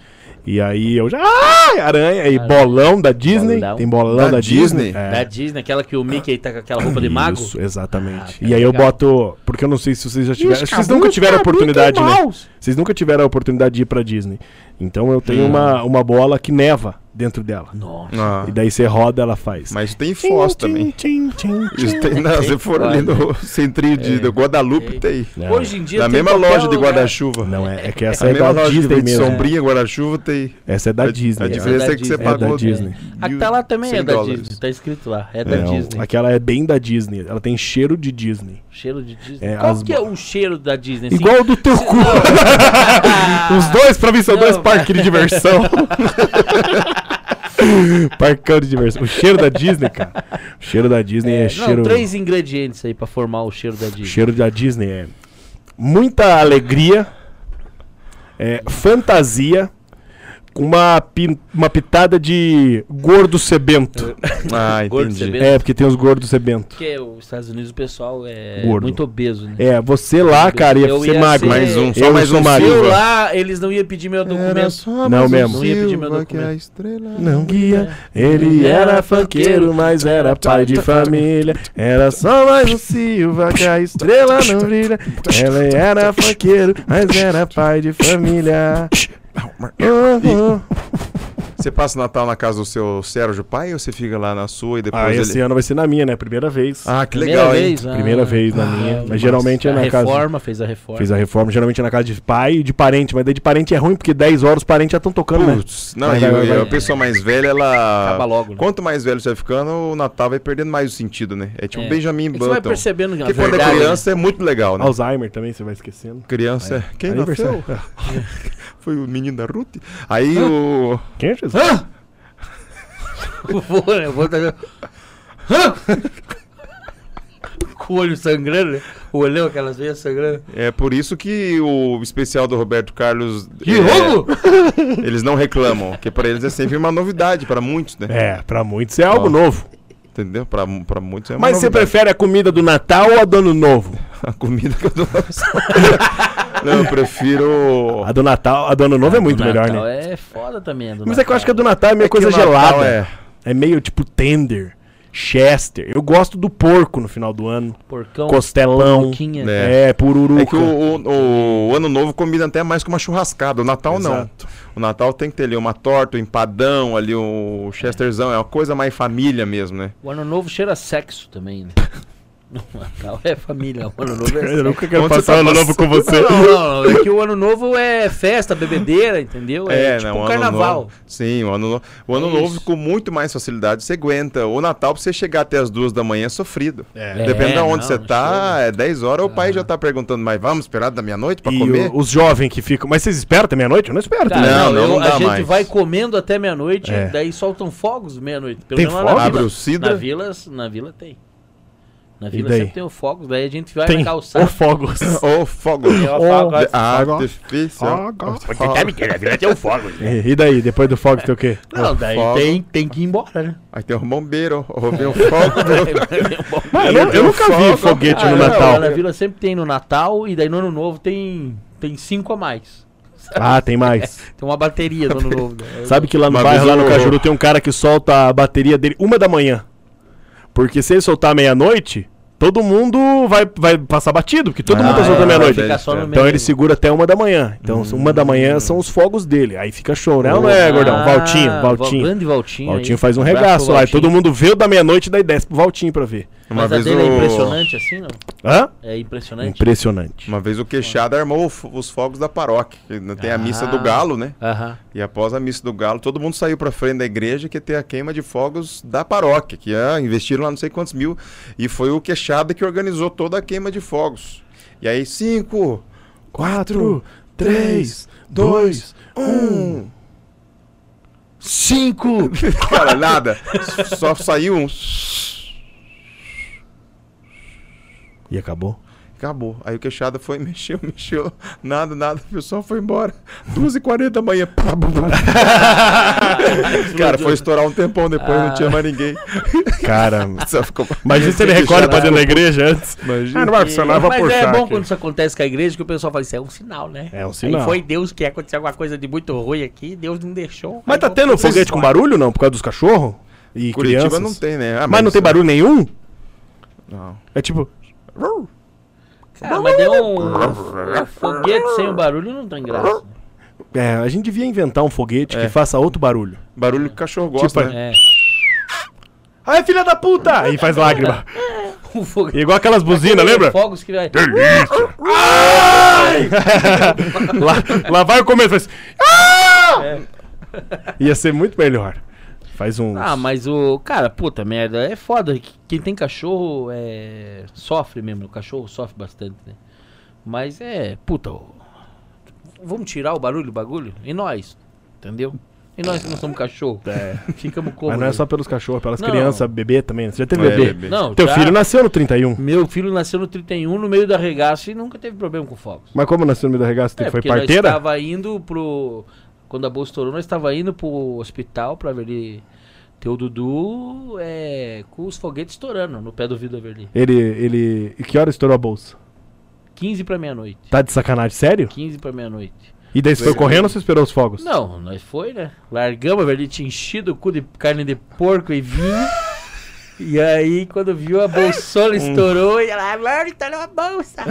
E aí eu já. Ai, aranha! E bolão da Disney.
Bolão.
Tem bolão
Da
da, Disney.
Disney?
É.
Da Disney, aquela que o Mickey tá com aquela roupa de mago.
Isso, exatamente.
Ah,
e aí eu
legal.
boto. Porque eu não sei se vocês já tiveram. Acho que vocês nunca tiveram a oportunidade, né? Vocês nunca tiveram a oportunidade de ir pra Disney. Então eu tenho uma, uma bola que neva dentro dela.
Nossa.
Ah,
E daí você roda, ela faz.
mas tem Foz também.
Tchim, tchim, tchim.
Isso tem, [laughs] não, se for ali no centrinho de do Guadalupe, tem.
Não,
Hoje em dia
Na
tem né?
mesma
qualquer um,
loja de
lugar.
guarda-chuva.
Não, é, é que essa
Na
é
mesma
da
loja de
Disney
verde
mesmo.
sombrinha, guarda-chuva, tem.
Essa é da Disney.
A
né?
diferença é, que você
É da
pagou.
Disney.
A que tá lá também é
100
da
dólares.
Disney. Tá escrito lá. É da
É, o-
Disney.
Aquela é bem da Disney. Ela tem cheiro de Disney.
Cheiro de Disney.
É,
Qual
as
que é o cheiro da Disney? assim?
Igual o do teu cu. [laughs] Os dois, pra mim, são dois
Não,
parques de
[laughs]
diversão. Parcão de diversão. O cheiro da Disney, cara. O cheiro da Disney é,
Assim, Não,
cheiro.
três ingredientes aí pra formar o cheiro da
O
Disney.
cheiro da Disney é muita alegria, é, fantasia, com uma, pin- uma pitada de gordo sebento.
Ah,
Gordo, você
entendi.
vê?
É, porque tem os gordos sebento.
Porque os Estados Unidos o pessoal é
Gordo.
muito obeso, né?
É, você lá, cara, ia
Eu
ser
ia
magro.
ser-
Mais um, só
Eu
mais
sou
um
magro.
Eu
Silva.
lá, eles não iam pedir meu documento.
só
Não
mais um
mesmo.
Não ia pedir meu
Silva que é a
documento.
estrela.
Não guia, ele era funkeiro, mas era pai de família. Era só mais um Silva que a estrela não brilha. Ele era funkeiro, mas era pai de família. Oh,
Você passa o Natal na casa do seu Sérgio pai ou você fica lá na sua e depois
Ah,
ele...
esse ano vai ser na minha, né? Primeira vez.
Ah, que
Primeira
legal, hein?
vez, ah,
Primeira vez na minha. Mas geralmente é
a
na casa.
reforma, fez a reforma.
Fiz a reforma, geralmente é na casa de pai e de parente, mas daí de parente é ruim, porque 10 horas os parentes já estão tocando, né?
Putz, não,
Vai,
e,
vai, vai,
e
vai.
a pessoa mais velha, ela...
Acaba logo, né?
Quanto mais velho você vai ficando, o Natal vai perdendo mais o sentido, né? É tipo
É.
Benjamin
É que Você vai
Button.
percebendo que na
Porque quando é
verdade, [laughs]
criança é muito legal, né?
Alzheimer também, você vai esquecendo.
Criança é... Quem
Aniversário.
nasceu? [laughs] Foi o menino da Ruth? Aí o...
Quem é Jesus?
Eu vou, né? Eu vou dar- Hã? [laughs] Com o olho sangrando, né? O olhão, aquelas veias sangrando.
É por isso que o especial do Roberto Carlos...
Que
é,
roubo!
Eles não reclamam, porque pra eles é sempre uma novidade, pra muitos, né?
É, pra muitos é algo
Ó,
novo.
Entendeu? Pra, pra muitos é uma
Mas você
novidade.
prefere a comida do Natal ou a do Ano Novo?
A comida que eu dou pra você. [laughs] Não, eu prefiro.
A do Natal, a do Ano Novo é muito
Do
melhor,
Natal
né?
É foda também. a do
Mas é que eu
Natal.
acho que a do Natal é meio coisa
que o Natal
gelada.
é-
É meio tipo tender, chester. Eu gosto do porco no final do ano.
Porcão.
Costelão.
porquinha.
né?
É, pururuca.
É que o, o- o ano novo combina até mais com uma churrascada. O Natal
Exato.
não. O Natal tem que ter ali uma torta, um empadão, ali um chesterzão. É uma coisa mais família mesmo, né?
O ano novo cheira a sexo também, né? [laughs] No Natal é família, o ano novo é
[laughs] Eu
sexo.
nunca quero
Onde você
passar
tá
o Ano Novo com você.
[laughs]
Não, não, não. É que o ano novo é festa, bebedeira, entendeu? [laughs] É, tipo
né,
um
ano
carnaval.
novo- sim, o ano, no- o ano
É
novo
isso.
com muito mais facilidade você aguenta. O Natal, pra você chegar até as duas da manhã, é sofrido.
É.
Depende de
É,
onde
não,
você
não
tá, é 10 horas, o pai já tá perguntando, mas vamos esperar da meia-noite pra
E
comer?
o- os jovens que ficam. Mas vocês esperam até meia-noite? Eu não espero.
Cara,
também.
Não, não,
eu-
não
a
dá
gente
mais.
vai comendo até meia-noite,
É.
daí soltam fogos meia-noite. Pelo
Tem
menos lá
fogo?
na
Abre
vila.
o sidra?
Na vila, na vila tem. Na vila
daí?
sempre tem o fogos, daí a gente vai
Tem
na calçada.
o fogos.
[laughs] Ô, fogo.
Fogos.
De Artifício.
Porque tá mentira, a vila tem um fogo.
E e daí, depois do fogos tem o quê?
Não, daí
fogo.
tem, tem que ir
[laughs]
embora, né?
Aí tem um bombeiro, roubei
[laughs]
um fogo.
Mano, eu, não- eu nunca vi foguete no
Ah, não,
Natal.
lá na vila sempre tem no Natal e daí no ano novo tem, tem cinco a mais. É,
Ah, tem mais.
Tem uma bateria no
[laughs]
ano novo. né?
Sabe que lá no
Uma
bairro,
vez
lá no
eu-
Cajuru, tem um cara que solta a bateria dele uma da manhã. Porque se ele soltar meia-noite, todo mundo vai, vai passar batido, porque todo
Ah,
mundo tá soltando
é,
meia-noite.
verdade.
Fica só no
Então
meio.
ele segura até uma da manhã. Então, uma da manhã são os fogos dele. Aí fica show, né? Não é, gordão?
Ah,
Valtinho,
Val-
Valtinho.
Grande Valtinho.
Valtinho
aí.
faz um
Abraço pro
regaço lá. E
Valtinho.
todo mundo vê o da meia-noite, daí desce pro Valtinho pra ver.
Uma
Mas
vez
a dele é
o...
impressionante assim, não?
Hã?
É impressionante.
Impressionante.
Uma vez o queixada armou o fo- os fogos da paróquia. que não Tem a missa do
Ah.
galo, né?
Aham.
E após a missa do galo, todo mundo saiu pra frente da igreja que ia ter a queima de fogos da paróquia, que ah, investiram lá não sei quantos mil. E foi o queixada que organizou toda a queima de fogos. E aí, cinco,
Quatro,
três, dois, um.
Cinco!
[laughs] Cara, nada. Só saiu um.
E acabou.
Acabou. Aí o queixada foi, [laughs] mexeu, mexeu. Nada, nada. O pessoal foi embora. 2h40 da manhã. Pá, pá, pá. Cara, foi estourar um tempão depois, não
Ah.
tinha mais ninguém.
[laughs]
Cara,
Só ficou.
imagina se ele recorda pra dentro da igreja antes.
Imagina.
Ah, não vai funcionar, vou
Mas é
puxar
bom
aqui.
quando isso acontece com a igreja que o pessoal fala, isso é um sinal, né?
É um sinal.
Aí foi Deus que ia acontecer alguma coisa de muito ruim aqui, Deus não deixou.
Mas
aí
tá
vou-
tendo foguete com barulho, não? Por causa dos cachorros? E
Curitiba
crianças?
não tem, né? Ah,
Mas não tem barulho nenhum?
Não.
É tipo...
Cara, mas deu um, um foguete sem o barulho não
[laughs]
tem graça.
É, a gente devia inventar um foguete que faça outro barulho.
Barulho que o cachorro gosta,
Tipo,
né?
É.
Ai, filha da puta! E faz lágrima.
Um
[laughs]
foguete.
Igual aquelas buzinas, lembra?
Fogos que vai.
é-
[laughs] lá, lá vai o começo, faz... "Ah!" Ia ser muito melhor. Faz um...
Ah, mas o. Cara, puta merda, é foda. que- Quem tem cachorro é. sofre mesmo. O cachorro sofre bastante, né? Mas é. Puta. o- Vamos tirar o barulho do bagulho? E nós? Entendeu? E nós que não somos cachorro? É. Ficamos como.
Mas não é só pelos cachorros, pelas
Não.
crianças, bebê também. né? Você já teve
É,
bebê.
bebê.
Não,
Teu
já-
filho nasceu no 31.
Meu filho nasceu no 31, no meio da regaça, e nunca teve problema com fogos.
Mas como nasceu no meio da regaça?
É,
foi
porque nós
parteira?
estava indo pro. Quando a bolsa estourou, nós estava indo pro hospital pra ver ele. Ter o Dudu é, com os foguetes estourando no pé do vidro da Verli.
Ele, ele... E que hora estourou a bolsa?
15 pra meia-noite.
Tá de sacanagem, sério?
15 pra meia-noite.
E daí você foi correndo ou você esperou os fogos?
é. Não, nós foi, né? Largamos, velho. Ele tinha enchido o cu de carne de porco e vinho. E aí, quando viu, a
[laughs] Um.
bolsona estourou e ela, mano, estourou a bolsa.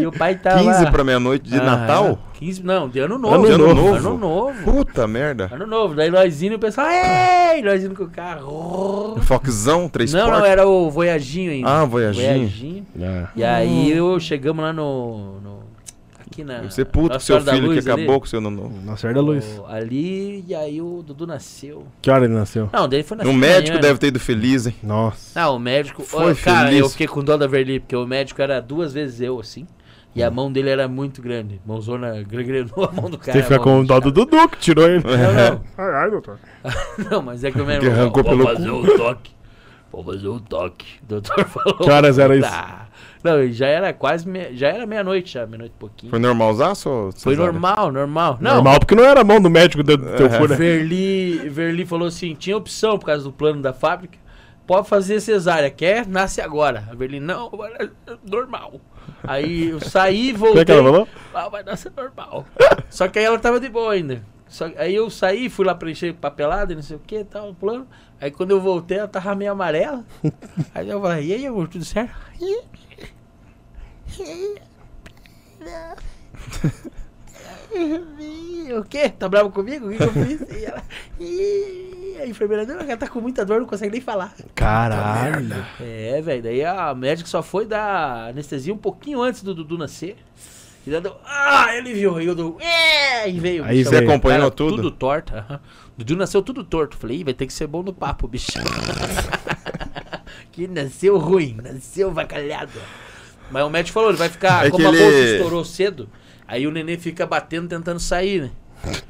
E o pai tava.
15 pra meia-noite de
Ah,
Natal?
15, não, de ano novo.
Ano novo.
Ano
é.
novo.
Puta merda.
Ano novo. Daí Loizinho e o pessoal, ei, Loizinho com o carro.
Foxzão, três
Não, não,
portas.
era o Voyaginho ainda.
Ah, Voyaginho.
Ah.
E aí
Hum.
eu chegamos lá no. no- aqui na.
Você puto com
Nossa
seu
Senhora da
filho
Luz
que
ali.
acabou com seu nono.
Nossa, era Luiz.
O- ali, e aí o Dudu nasceu.
Que hora ele nasceu?
Não, daí foi na
Um
semana,
médico
né?
deve ter ido feliz, hein?
Nossa.
Não, o médico.
Foi
Ô, cara,
feliz.
eu fiquei com dó da Verli, porque o médico era duas vezes eu, assim. E
Hum.
a mão dele era muito grande. Mãozona gregrenou [laughs] a mão do cara.
Você fica
mão
com um o [laughs]
do
dó do Dudu que tirou ele. [laughs]
Não, não.
Caralho, É. doutor.
[laughs] Não, mas é que o médico.
Que arrancou
vou
pelo
fazer o toque. Vou fazer o toque. O doutor [laughs] falou.
Que horas era isso?
"Tá." Não, e já era quase. me- Já era meia-noite, já, meia-noite e pouquinho.
Foi
Foi,
normalzaço ou cesárea?
normal, normal. Não,
Normal, porque não era a mão do médico do do teu
É.
cu, né?
Verli, Verli falou assim: tinha opção por causa do plano da fábrica. Pode fazer cesárea, quer? Nasce agora. A Verli, não, [laughs] agora é normal. Aí eu saí,
Como
voltei.
é que ela falou?
Ah, vai nascer normal. [laughs] Só que aí ela tava de boa ainda. Só, aí eu saí, fui lá preencher papelada, e não sei o que, tal, um plano. Aí quando eu voltei, ela tava meio amarela. Aí eu falei, e aí, amor, tudo certo? [laughs] O quê? Tá bravo comigo? O que, que eu fiz? E ela. "Ih", A enfermeira, não, ela tá com muita dor, não consegue nem falar.
Caralho.
É, velho. Daí a médica só foi dar anestesia um pouquinho antes do Dudu nascer. E daí deu. Ah, ele viu. E o Dudu. É! E veio.
Aí
bichão.
você
Cara,
acompanhou tudo?
Tudo torto. aham. O Dudu nasceu tudo torto. Falei, Ih, vai ter que ser bom no papo, bicho. [laughs] que nasceu ruim, nasceu vacalhado. Mas o médico falou, ele vai ficar.
É
como
que
a bolsa
ele-
estourou cedo, aí o neném fica batendo, tentando sair, né? [laughs]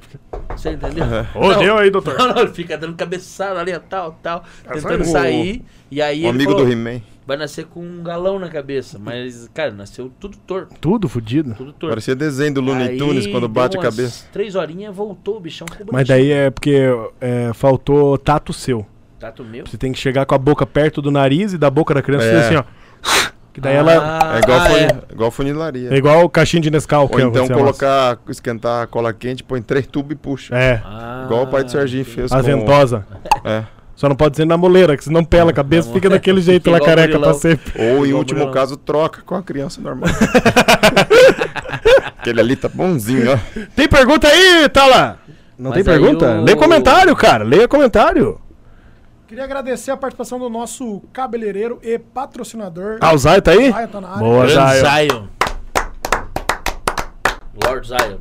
Você entendeu?
Ô,
Não.
deu aí, doutor.
Não, não, ele fica dando cabeçada ali, tal, tal,
Tá
tentando
saindo.
sair. E aí ele
Um amigo
falou,
do He-Man.
vai nascer com um galão na cabeça. Mas, cara, nasceu tudo torto,
Tudo fodido.
tudo torto.
Parecia desenho do Looney Tunes quando bate a cabeça.
Três horinhas, voltou o bichão. ficou
Mas
bonitinho.
daí é porque é, faltou tato seu.
Tato meu.
Você tem que chegar com a boca perto do nariz e da boca da criança
É.
fazer assim, ó. Que daí ela.
Ah,
É igual,
ah, é.
funi- igual funilaria.
É igual o caixinho de Nescau.
Ou
que é
então
você amassa.
colocar, esquentar a cola quente, põe três tubos e puxa.
É,
Ah,
Igual o pai do Serginho fez
a
com...
ventosa.
É.
Só não pode ser na moleira, que senão pela a cabeça, fica
[laughs]
daquele jeito
Ah, é Fica
lá
igual
careca pra
gorilão.
sempre.
Ou, em
Igual
último
Murilão.
caso, troca com a criança
[laughs]
normal. Aquele ali tá bonzinho, ó.
Tem pergunta aí, Tala? Não
Mas
tem
aí
pergunta?
o-
Lê comentário, cara. Leia comentário.
Queria agradecer a participação do nosso cabeleireiro e patrocinador.
Ah, o Zay tá aí?
Zion tá na área.
Boa,
Grande
Zay.
Zion. Lord Zion.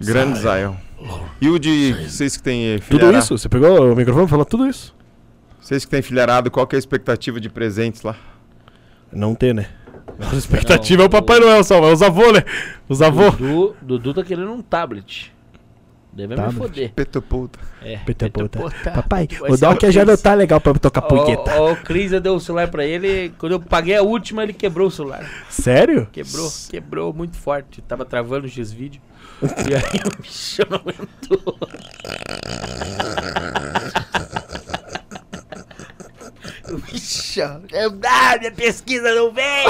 Grande Zion. E o de vocês que eh, têm
Tudo
filharada,
isso? Você pegou o microfone e falou tudo isso?
vocês que têm filharado, qual que é a expectativa de presentes lá?
Não tem, né? Nossa expectativa é o Papai Noel só, é os avô, né? Os avô.
Dudu, Dudu tá querendo um tablet. Deve me
Tablet.
foder.
Peto puta.
É,
Puta,
[laughs]
puta.
puta.
Papai,
Vai
o
ser
Doc
uma
já
coisa.
não tá legal pra tocar punheta.
Ó, ó, o Cris, eu dei o celular pra ele. Quando eu paguei a última, ele quebrou o celular.
Sério?
Quebrou, quebrou muito forte. Tava travando o X-Vídeo. e aí o [laughs] bicho não aguentou. [laughs] O bicho. Não dá, minha pesquisa não vem!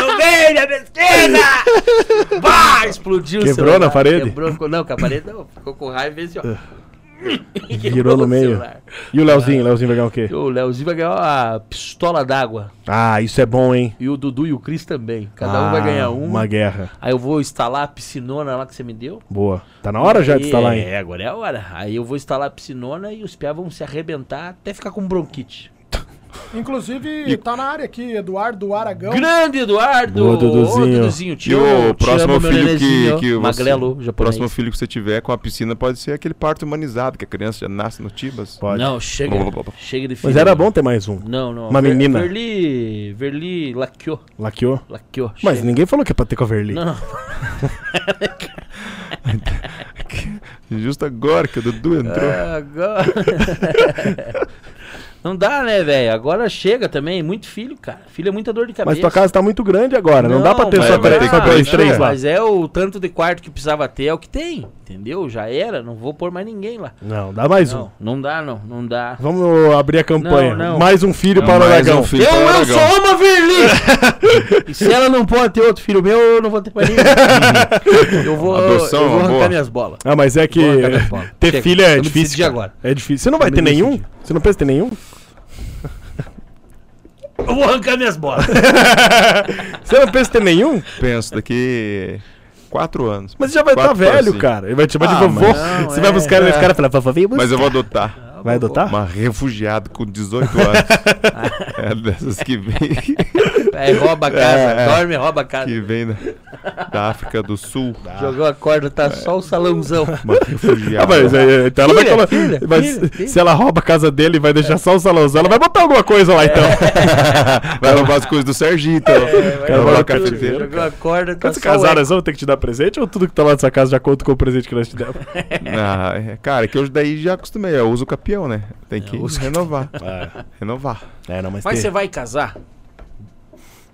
Não vem, minha pesquisa! Bah! Explodiu
Quebrou
o celular.
na parede?
Quebrou, ficou- não, com a parede não. Ficou com raiva e fez assim, ó.
[laughs]
[laughs]
Virou no
o
meio.
celular.
E o Leozinho? O Leozinho vai ganhar o quê?
E O Leozinho vai ganhar uma pistola d'água.
Ah, isso é bom, hein?
E o Dudu e o Cris também. Cada um
Ah,
vai ganhar um.
Uma guerra.
Aí eu vou instalar a piscinona lá que você me deu.
Boa. Tá na hora já de instalar, hein?
É, agora é a hora. Aí eu vou instalar a piscinona e os piá vão se arrebentar até ficar com bronquite.
Inclusive, tá na área aqui, Eduardo Aragão.
Grande Eduardo!
Então, Boa, Duduzinho.
Ô, Duduzinho, te
e
amo,
o
te
próximo
amo, meu
filho que,
nenenzinho.
que você,
Magrelo, japonês.
próximo filho que você tiver com a piscina pode ser aquele parto humanizado, que a criança já nasce no Tibas.
Pode.
Não, chega.
Blá, blá, blá.
Chega de filho.
Mas era bom ter mais um.
Não, não.
Uma menina.
Verli, Verli laqueou.
Laqueou.
Laqueou.
Mas
chega.
ninguém falou que é pra ter com a Verli.
Não, não.
Justo agora que o Dudu entrou.
Ah, Agora. não dá, né, velho? Agora chega também. Muito filho, cara. Filho é muita dor de cabeça.
Mas tua casa tá muito grande agora. Não, dá pra ter
mas
só,
vai
três-
ter
só
que
dois,
preencher.
três lá.
Mas é o tanto de quarto que precisava ter, é o que tem, entendeu? Já era, não vou pôr mais ninguém lá.
Não, dá mais um.
Não, não dá, não, não dá.
Vamos abrir a campanha.
Não, não.
Mais um filho
Não,
para o
mais
Aragão.
um filho. Eu- eu Aragão. sou
uma Verli!
[laughs]
e se ela não pode ter outro filho meu, eu não vou ter mais ninguém. eu vou,
Adoção é
eu vou
uma
arrancar
boa.
minhas bolas.
Ah, mas é que
Vou arrancar minhas bolas.
ter
Chega,
filho é
eu me
difícil.
decidi
cara.
agora.
É difícil. Você não vai
me
ter nenhum?
decidi.
Você não pensa em ter nenhum? [laughs]
Eu vou arrancar minhas bolas.
Você não pensa em ter nenhum?
Penso daqui quatro anos.
Mas você já vai estar
Quatro pra
velho,
cinco.
cara. Ele vai te chamar
Ah,
de vovô.
mas-
você vai buscar ele, esse cara e falar, vovô, vem
Mas
buscar.
eu vou adotar.
Vai adotar?
Uma refugiado com 18 anos.
[laughs]
é dessas que vem,
É, rouba a casa.
É, é.
Dorme, rouba a casa.
que vem da, da África do Sul.
Jogou a corda, tá só o salãozão.
Uma refugiada.
Ah, mas aí, então ela vai
Filha,
colocar.
filha,
mas
filha, filha.
se ela rouba a casa dele e vai deixar só o salãozão, ela vai botar alguma coisa
É.
lá então.
Vai roubar as coisas do Serginho, então. vai
vai
roubar
tudo.
a cafeteira.
Jogou a corda, tá
Quando se
só o
casar, nós vamos ter que te dar presente ou tudo que tá lá nessa casa já conta com o presente que nós te demos?
né?
Ah, é, cara, que eu daí já acostumei. Eu uso o campeão, né? Tem
É,
que renovar.
[laughs]
Renovar.
É, não, mas,
Mas você
tem-
vai casar?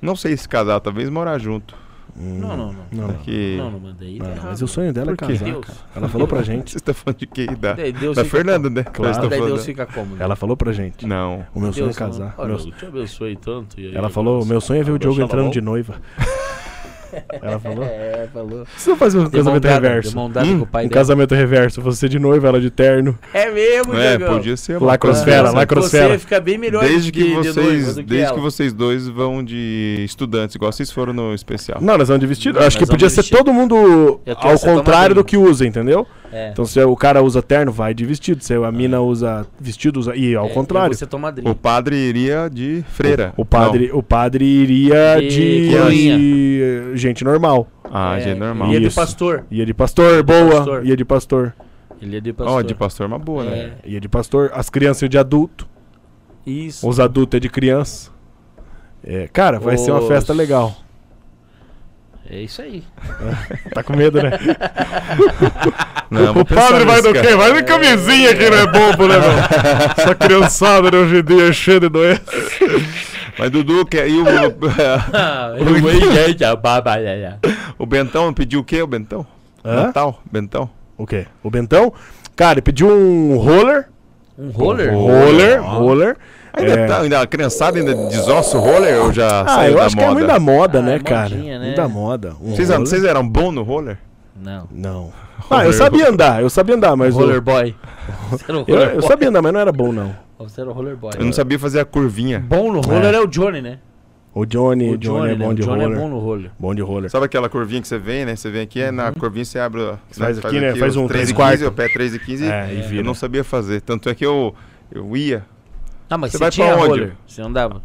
Não sei se casar, talvez morar junto.
Não, não, não.
Não, não.
Porque. [laughs]
Não, não, mandei.
Não, não, mas o sonho dela é casar.
Deus.
cara. [laughs] Ela falou pra gente.
Você tá falando de quem? Da,
Daí Deus
da
fica
Fernanda, né? Nós
Claro.
tá
Daí
falando
Deus
da-
fica cômodo.
Ela falou pra gente.
Não.
O meu sonho é
Deus,
casar.
Olha,
Meu-
eu te abençoe tanto. e aí
Ela
eu
falou,
faço-
meu sonho é ver o Diogo
Abençoa
entrando
logo.
de [laughs] noiva. Ela falou.
É, falou.
Você não faz um
De mão
casamento
dada,
reverso. [laughs]
de mão dada com o pai
Um
dela.
casamento reverso, você de noiva, ela de terno.
É mesmo,
É,
Diogão.
podia ser. uma
Lacrosfera,
coisa-
lacrosfera.
Você fica bem melhor
Desde que
de- de noiva
vocês,
do que
desde que
ela.
vocês dois vão de estudantes, igual vocês foram no especial.
Não, nós vamos de vestido. Acho que
nós
podia
vamos
ser
de vestido.
todo mundo
Eu quero
ao
ser tomada
contrário do
minha.
que usa, entendeu?
É.
Então se o cara usa terno, vai de vestido. Se a mina usa vestido, usa... e ao
É,
contrário.
eu vou ser tua madrinha.
O padre iria de freira.
O padre, o padre iria
De
de,
coroinha.
de gente normal.
Não. Ah,
É,
é, normal.
Ele é de
Isso.
pastor.
Ia de pastor, boa.
pastor.
Ia de pastor.
Ele é de pastor.
Ó, de pastor é uma boa, né?
É,
Ia de pastor. As crianças iam de adulto.
isso.
Os adultos é de criança. É, cara, vai ser uma
Os-
festa legal.
É isso aí.
Tá com medo, né?
[laughs] Não, vou
o
pensar
padre vai
nisso,
do
cara. [laughs]
quê? Vai de camisinha que não é bobo, né, meu? Essa criançada né, hoje em dia é cheia de doença.
Mas Dudu,
[laughs]
que aí o,
[laughs] Ah, eu
Oi,
gente, a baba, né, lá, lá.
[laughs] o Bentão pediu o quê, o Bentão?
Hã?
Natal, Bentão.
O quê? O Bentão? Cara, ele pediu um roller.
Um roller?
Roller, roller.
Ainda,
É.
tá, ainda a criançada ainda desossa o roller ou já
Ah,
saiu
eu
da
acho que
moda?
é muito da moda,
Ah,
né,
é
cara?
modinha, né?
Muito da moda. Um
Vocês,
roller?
vocês eram bons no roller?
Não.
Não. Ah, eu sabia andar, eu sabia andar, mas. o-
Roller boy. Você era um
[laughs] Eu,
roller
eu
boy.
sabia andar, mas não era bom, não.
Você era um roller boy.
Eu
É.
não sabia fazer a curvinha.
Bom no roller é, o Johnny, né?
O Johnny,
O
Johnny, é
né?
bom
O
de
Johnny
roller.
é
bom...
bom no roller.
de roller.
Sabe aquela curvinha que você vem, né? Você vem aqui, é na curvinha você abre. ó,
Uhum. Você faz aqui, né? Faz
os
um
3 e
3 e
15, o pé 3 e 15.
É, e vira.
Eu não sabia fazer. Tanto é que eu, eu ia,
Ah, mas
Você
você,
vai pra
tinha
onde?
roller. Você andava.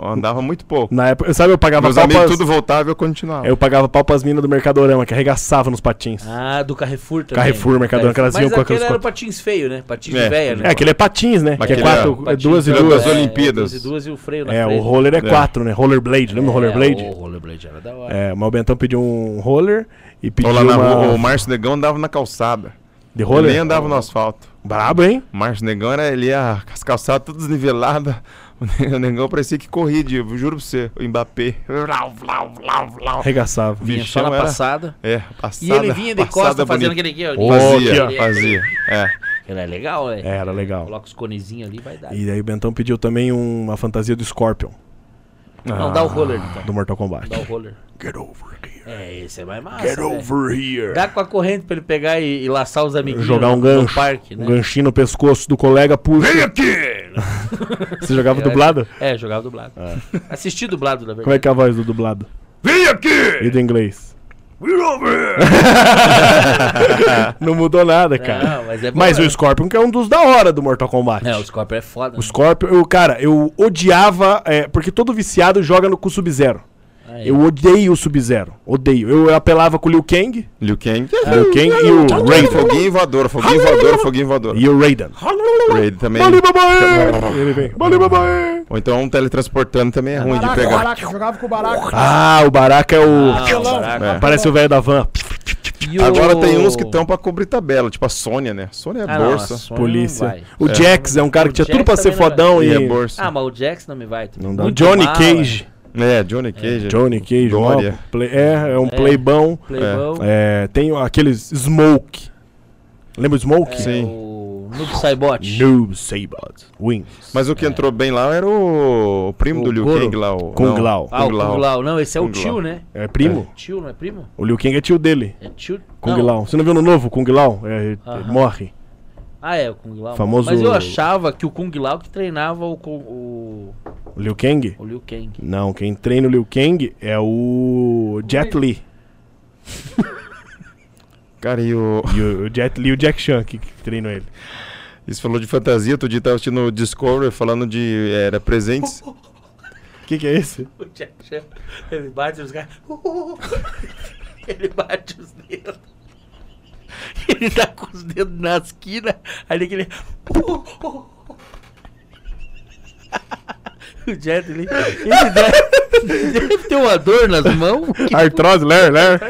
eu andava muito pouco.
Na época, sabe, eu pagava
Meus
pau
amigos
pras...
tudo voltava e eu continuava.
Eu pagava pau pras minas do Mercadorama, que arregaçava nos patins.
Ah, do Carrefour também.
Carrefour, Mercadona, que elas
Mas
vinham com
aquele
aqueles
era
quatro-
patins feio, né? Patins
É.
de véia, né?
É, aquele é patins, né?
Mas
Que é
aquele
quatro,
Patins
é duas e
da-
duas.
das
é,
Olimpíadas.
Duas e duas e o freio na
É, o
frente.
roller é
É.
quatro, né? Rollerblade, lembra o rollerblade?
É, o rollerblade era da hora.
É, mas o Bentão pediu um roller e pediu
Ou lá
uma...
na rua, o Márcio Negão andava na calçada.
De
Ele
roller?
nem andava no asfalto.
Brabo, hein?
O Márcio Negão era, ele ia com as calçadas todas niveladas. [laughs] O Ne- O Negão parecia que corria, de- eu juro pra você. O Mbappé. Vlau, vlau, vlau, vlau.
Arregaçava.
Vinha só na
Bichão era-
passada.
É,
E
passada.
ele vinha de
passada
costa fazendo
bonita.
aquele aqui, ó.
Ô,
Fazia,
aqui,
ó.
fazia. É.
Ele é legal, velho.
Era legal.
Coloca os conezinhos ali e vai dar.
E aí o Bentão pediu também uma fantasia do Scorpion,
Não, dá o roller, então.
do Mortal Kombat.
Dá o roller.
Get over here.
É, esse é mais massa.
Get
velho.
over here.
Dá com a corrente pra ele pegar e, e laçar os amiguinhos
Jogar um
no- no
gancho.
parque, né?
Um ganchinho no pescoço do colega,
Vem
puxa.
aqui!
Você
[laughs]
jogava dublado?
É, jogava dublado. [laughs] Assisti dublado, na verdade.
Como é que é a voz do dublado?
Vem
É.
aqui!
E do inglês?
Vem over!
Não mudou nada, cara.
Não, mas é bom,
Mas
né?
o Scorpion que é um dos da hora do Mortal Kombat.
É, o Scorpion é foda.
O Scorpion, eu, cara, eu odiava, é, porque todo viciado joga no, com o Sub-Zero.
É.
Eu odeio o Sub-Zero, odeio. Eu apelava com o Liu Kang,
Liu Kang.
Liu Kang e o
Raiden.
Raiden.
Foguinho voador, foguinho voador, foguinho voador.
E o Raiden.
Raiden também.
Bali babaê! Ele vem, Bali babaê!
Ou então um teletransportando também é ruim de
Baraka,
pegar.
Baraka, jogava com o Baraka.
Ah, o Baraka é o...
Ah, o Baraka.
É.
Parece o velho da van.
E o-
Agora tem uns que estão pra cobrir tabela, tipo a Sônia, né? Sônia é
Ah, não, a
bolsa.
Sônia não vai.
Polícia. O Jax é um cara que
O
tinha tudo
Jax
pra ser
também não
fodão
E
e...
é bolsa.
Ah, mas o Jax não me vai.
Não dá. Johnny Cage.
Ah.
É, Johnny Cage.
Johnny Cage, ó,
Dória.
play- é, é um playbão.
Playbão.
É, tem aqueles Smoke. Lembra o Smoke?
É,
Sim.
O Noob Saibot.
New Sabot. Wings.
Mas o que entrou bem lá era o, o primo
O
do Liu
Goro.
Kang lá. O...
Kung
não,
Lao.
Ah, o
Kung Lao.
Kung Lao. Não, esse é o
Kung
tio,
Lao.
né?
É primo?
Tio, não é primo?
O Liu Kang é tio dele.
É tio...
Kung
não.
Lao. Você não viu no novo Kung Lao? É, ele
Aham.
morre.
Ah, é, o Kung Lao.
Famoso-
Mas eu achava que o Kung Lao que treinava o, Kung- o,
O Liu Kang?
o Liu Kang.
Não, quem treina o Liu Kang é o Jet Li.
Cara, e o. [laughs]
E o, o Jet Li e o Jack Chan que, que treinam ele.
Isso falou de fantasia, outro dia tava assistindo o Discovery falando de. eh, Era presentes.
O que, que é esse?
[laughs] O Jack Chan, ele bate os caras. uh. [laughs] ele bate os dedos. [laughs] Ele tá com os dedos na esquina, aí ele. uh, aquele- [laughs] o Jet, ele, [laughs] ele deve, deve ter uma dor nas mãos.
Artrose, Ler,
né?
Ler.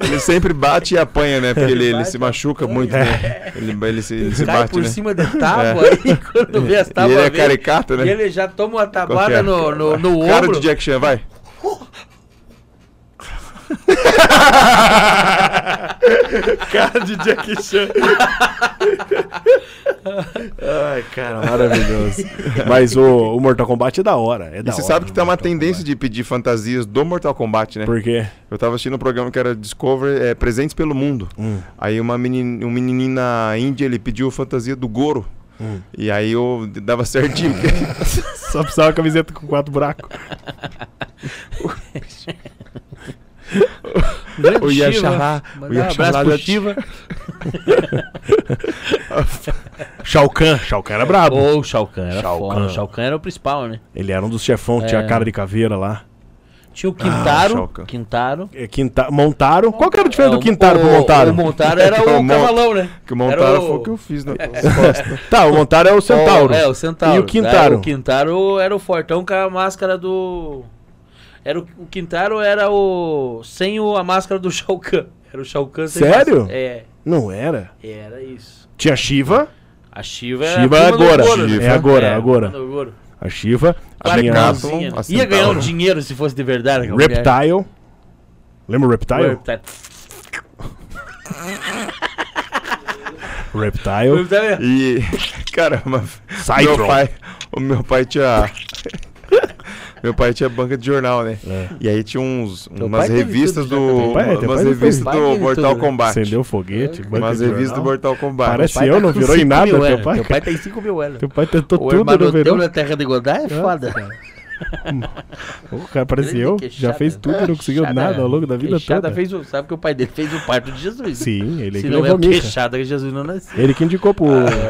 Ele sempre bate e apanha, né? Porque ele, ele se machuca muito, né? Ele, ele se, ele se
Cai
bate,
por
né? [laughs]
cima da tábua, aí quando vê as
E
tábuas.
ele é
vê,
caricato,
e
né?
ele já toma uma
Qual que é?
tabada né, no, no, no
Cara
ombro.
de Jack Chan, vai.
Cara de Jack Chan. Ai, cara, maravilhoso. Mas o, o Mortal Kombat é da hora. É da
E você
hora,
sabe que
né,
tá uma
Mortal
tendência de pedir fantasias do Mortal Kombat, né?
Kombat. Por quê?
Eu tava assistindo um programa que era Discovery, é, Presentes pelo Mundo.
Hum.
Aí uma menina, um menininho na Índia, ele pediu fantasia do Goro.
Hum.
E aí eu dava certinho. porque-
Só precisava de camiseta com quatro buracos.
Grande
o
Shiva.
né?
Yashará, o
Mandar um abraço
Yashará
pro
já
Shiva.
Shao Kahn. Shao Kahn era brabo.
Ou o Shao Kahn, era
Shao
foda.
Kahn.
O Shao Kahn era o principal, né?
Ele era um dos chefão que tinha
É.
a cara de caveira lá.
Tinha o
Ah, o Shao
Quintaro.
Kahn.
Quintaro.
É, Quinta... Montaram. Qual que era a diferença
É,
do Quintaro pro
o-
Montaro?
O Montaro era o
O Mon-
cavalão, né?
[laughs] Que o Montaro
Era o-
foi o que eu fiz
[laughs]
né? na
[laughs] Tá, o Montaro é o Centauro.
É, o Centauro.
E o Quintaro?
Daí O Quintaro era o fortão com a máscara do. Era o, o Quintaro era o. sem o, a máscara do [laughs] Shao Kahn. Era o Shao Kahn sem
Sério?
máscara. É,
Não era.
era isso.
Tinha a Shiva.
A Shiva era.
Shiva
a
é
prima do
agora.
Goro, né?
É agora,
É,
agora.
do Goro.
A Shiva.
Claro que
Tinha
não,
a
Decathlon,
tinha.
a
Ia
Centauro.
ganhar um dinheiro se fosse de verdade. né, é aquela mulher.
Reptile. Lembra o Reptile?
Reptile.
Reptile.
Reptile.
E, cara, uma- meu
Cytron.
pai, o meu
[laughs]
pai tinha. meu pai tinha banca de jornal, né?
É.
E aí tinha uns, umas
pai teve
revistas
tudo né, já também.
do.
Teu pai- teu
umas
pai
revistas
teve tudo,
do
né?
Mortal Kombat.
Acendeu foguete. banca
Umas
de
revistas do
jornal.
Mortal Kombat.
Parece
Pai
eu,
tá
não
com
virou em
cinco
nada
mil, é.
teu pai.
Teu pai tem 5 mil euros.
Teu pai tentou
O
tudo no
Hermanoteu
verão.
na terra de Godá é [laughs] foda.
O cara parece
Grande
eu, já
é queixada. né?
fez tudo e não conseguiu
Queixada-
nada ao longo da vida
queixada
toda.
Fez o, sabe que o pai dele fez o parto de Jesus.
Sim, ele
Se
que
não é
levou
o
a mica.
queixada que Jesus não nasceu.
Ele que indicou pro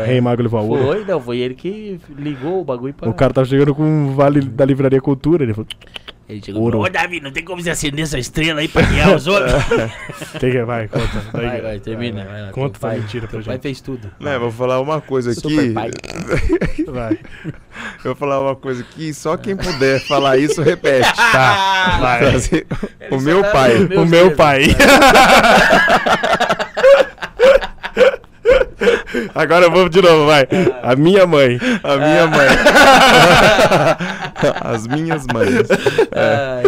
Rei Mago Livaúra.
Foi, não, foi ele que ligou o bagulho pra...
O cara tava chegando com um vale da livraria Cultura. Ele falou:
Ele
Ouro.
Ô, Davi, não tem como você acender essa estrela aí pra guiar
[laughs]
os outros?
Quem que é? Vai, conta. Daí,
vai, vai, termina. Vai, lá,
Conta
teu
essa
pai-
mentira pra
teu pai
gente.
fez tudo.
Né, vou falar uma coisa aqui.
pai.
vai.
Eu vou falar uma coisa aqui, só quem puder falar isso, repete.
[laughs]
[laughs]
Tá, vai.
Assim, o meu
tá
pai.
O meu pai. [laughs] Agora vamos de novo, vai. A minha mãe.
A
É.
minha
[laughs]
mãe. As minhas mães.
É.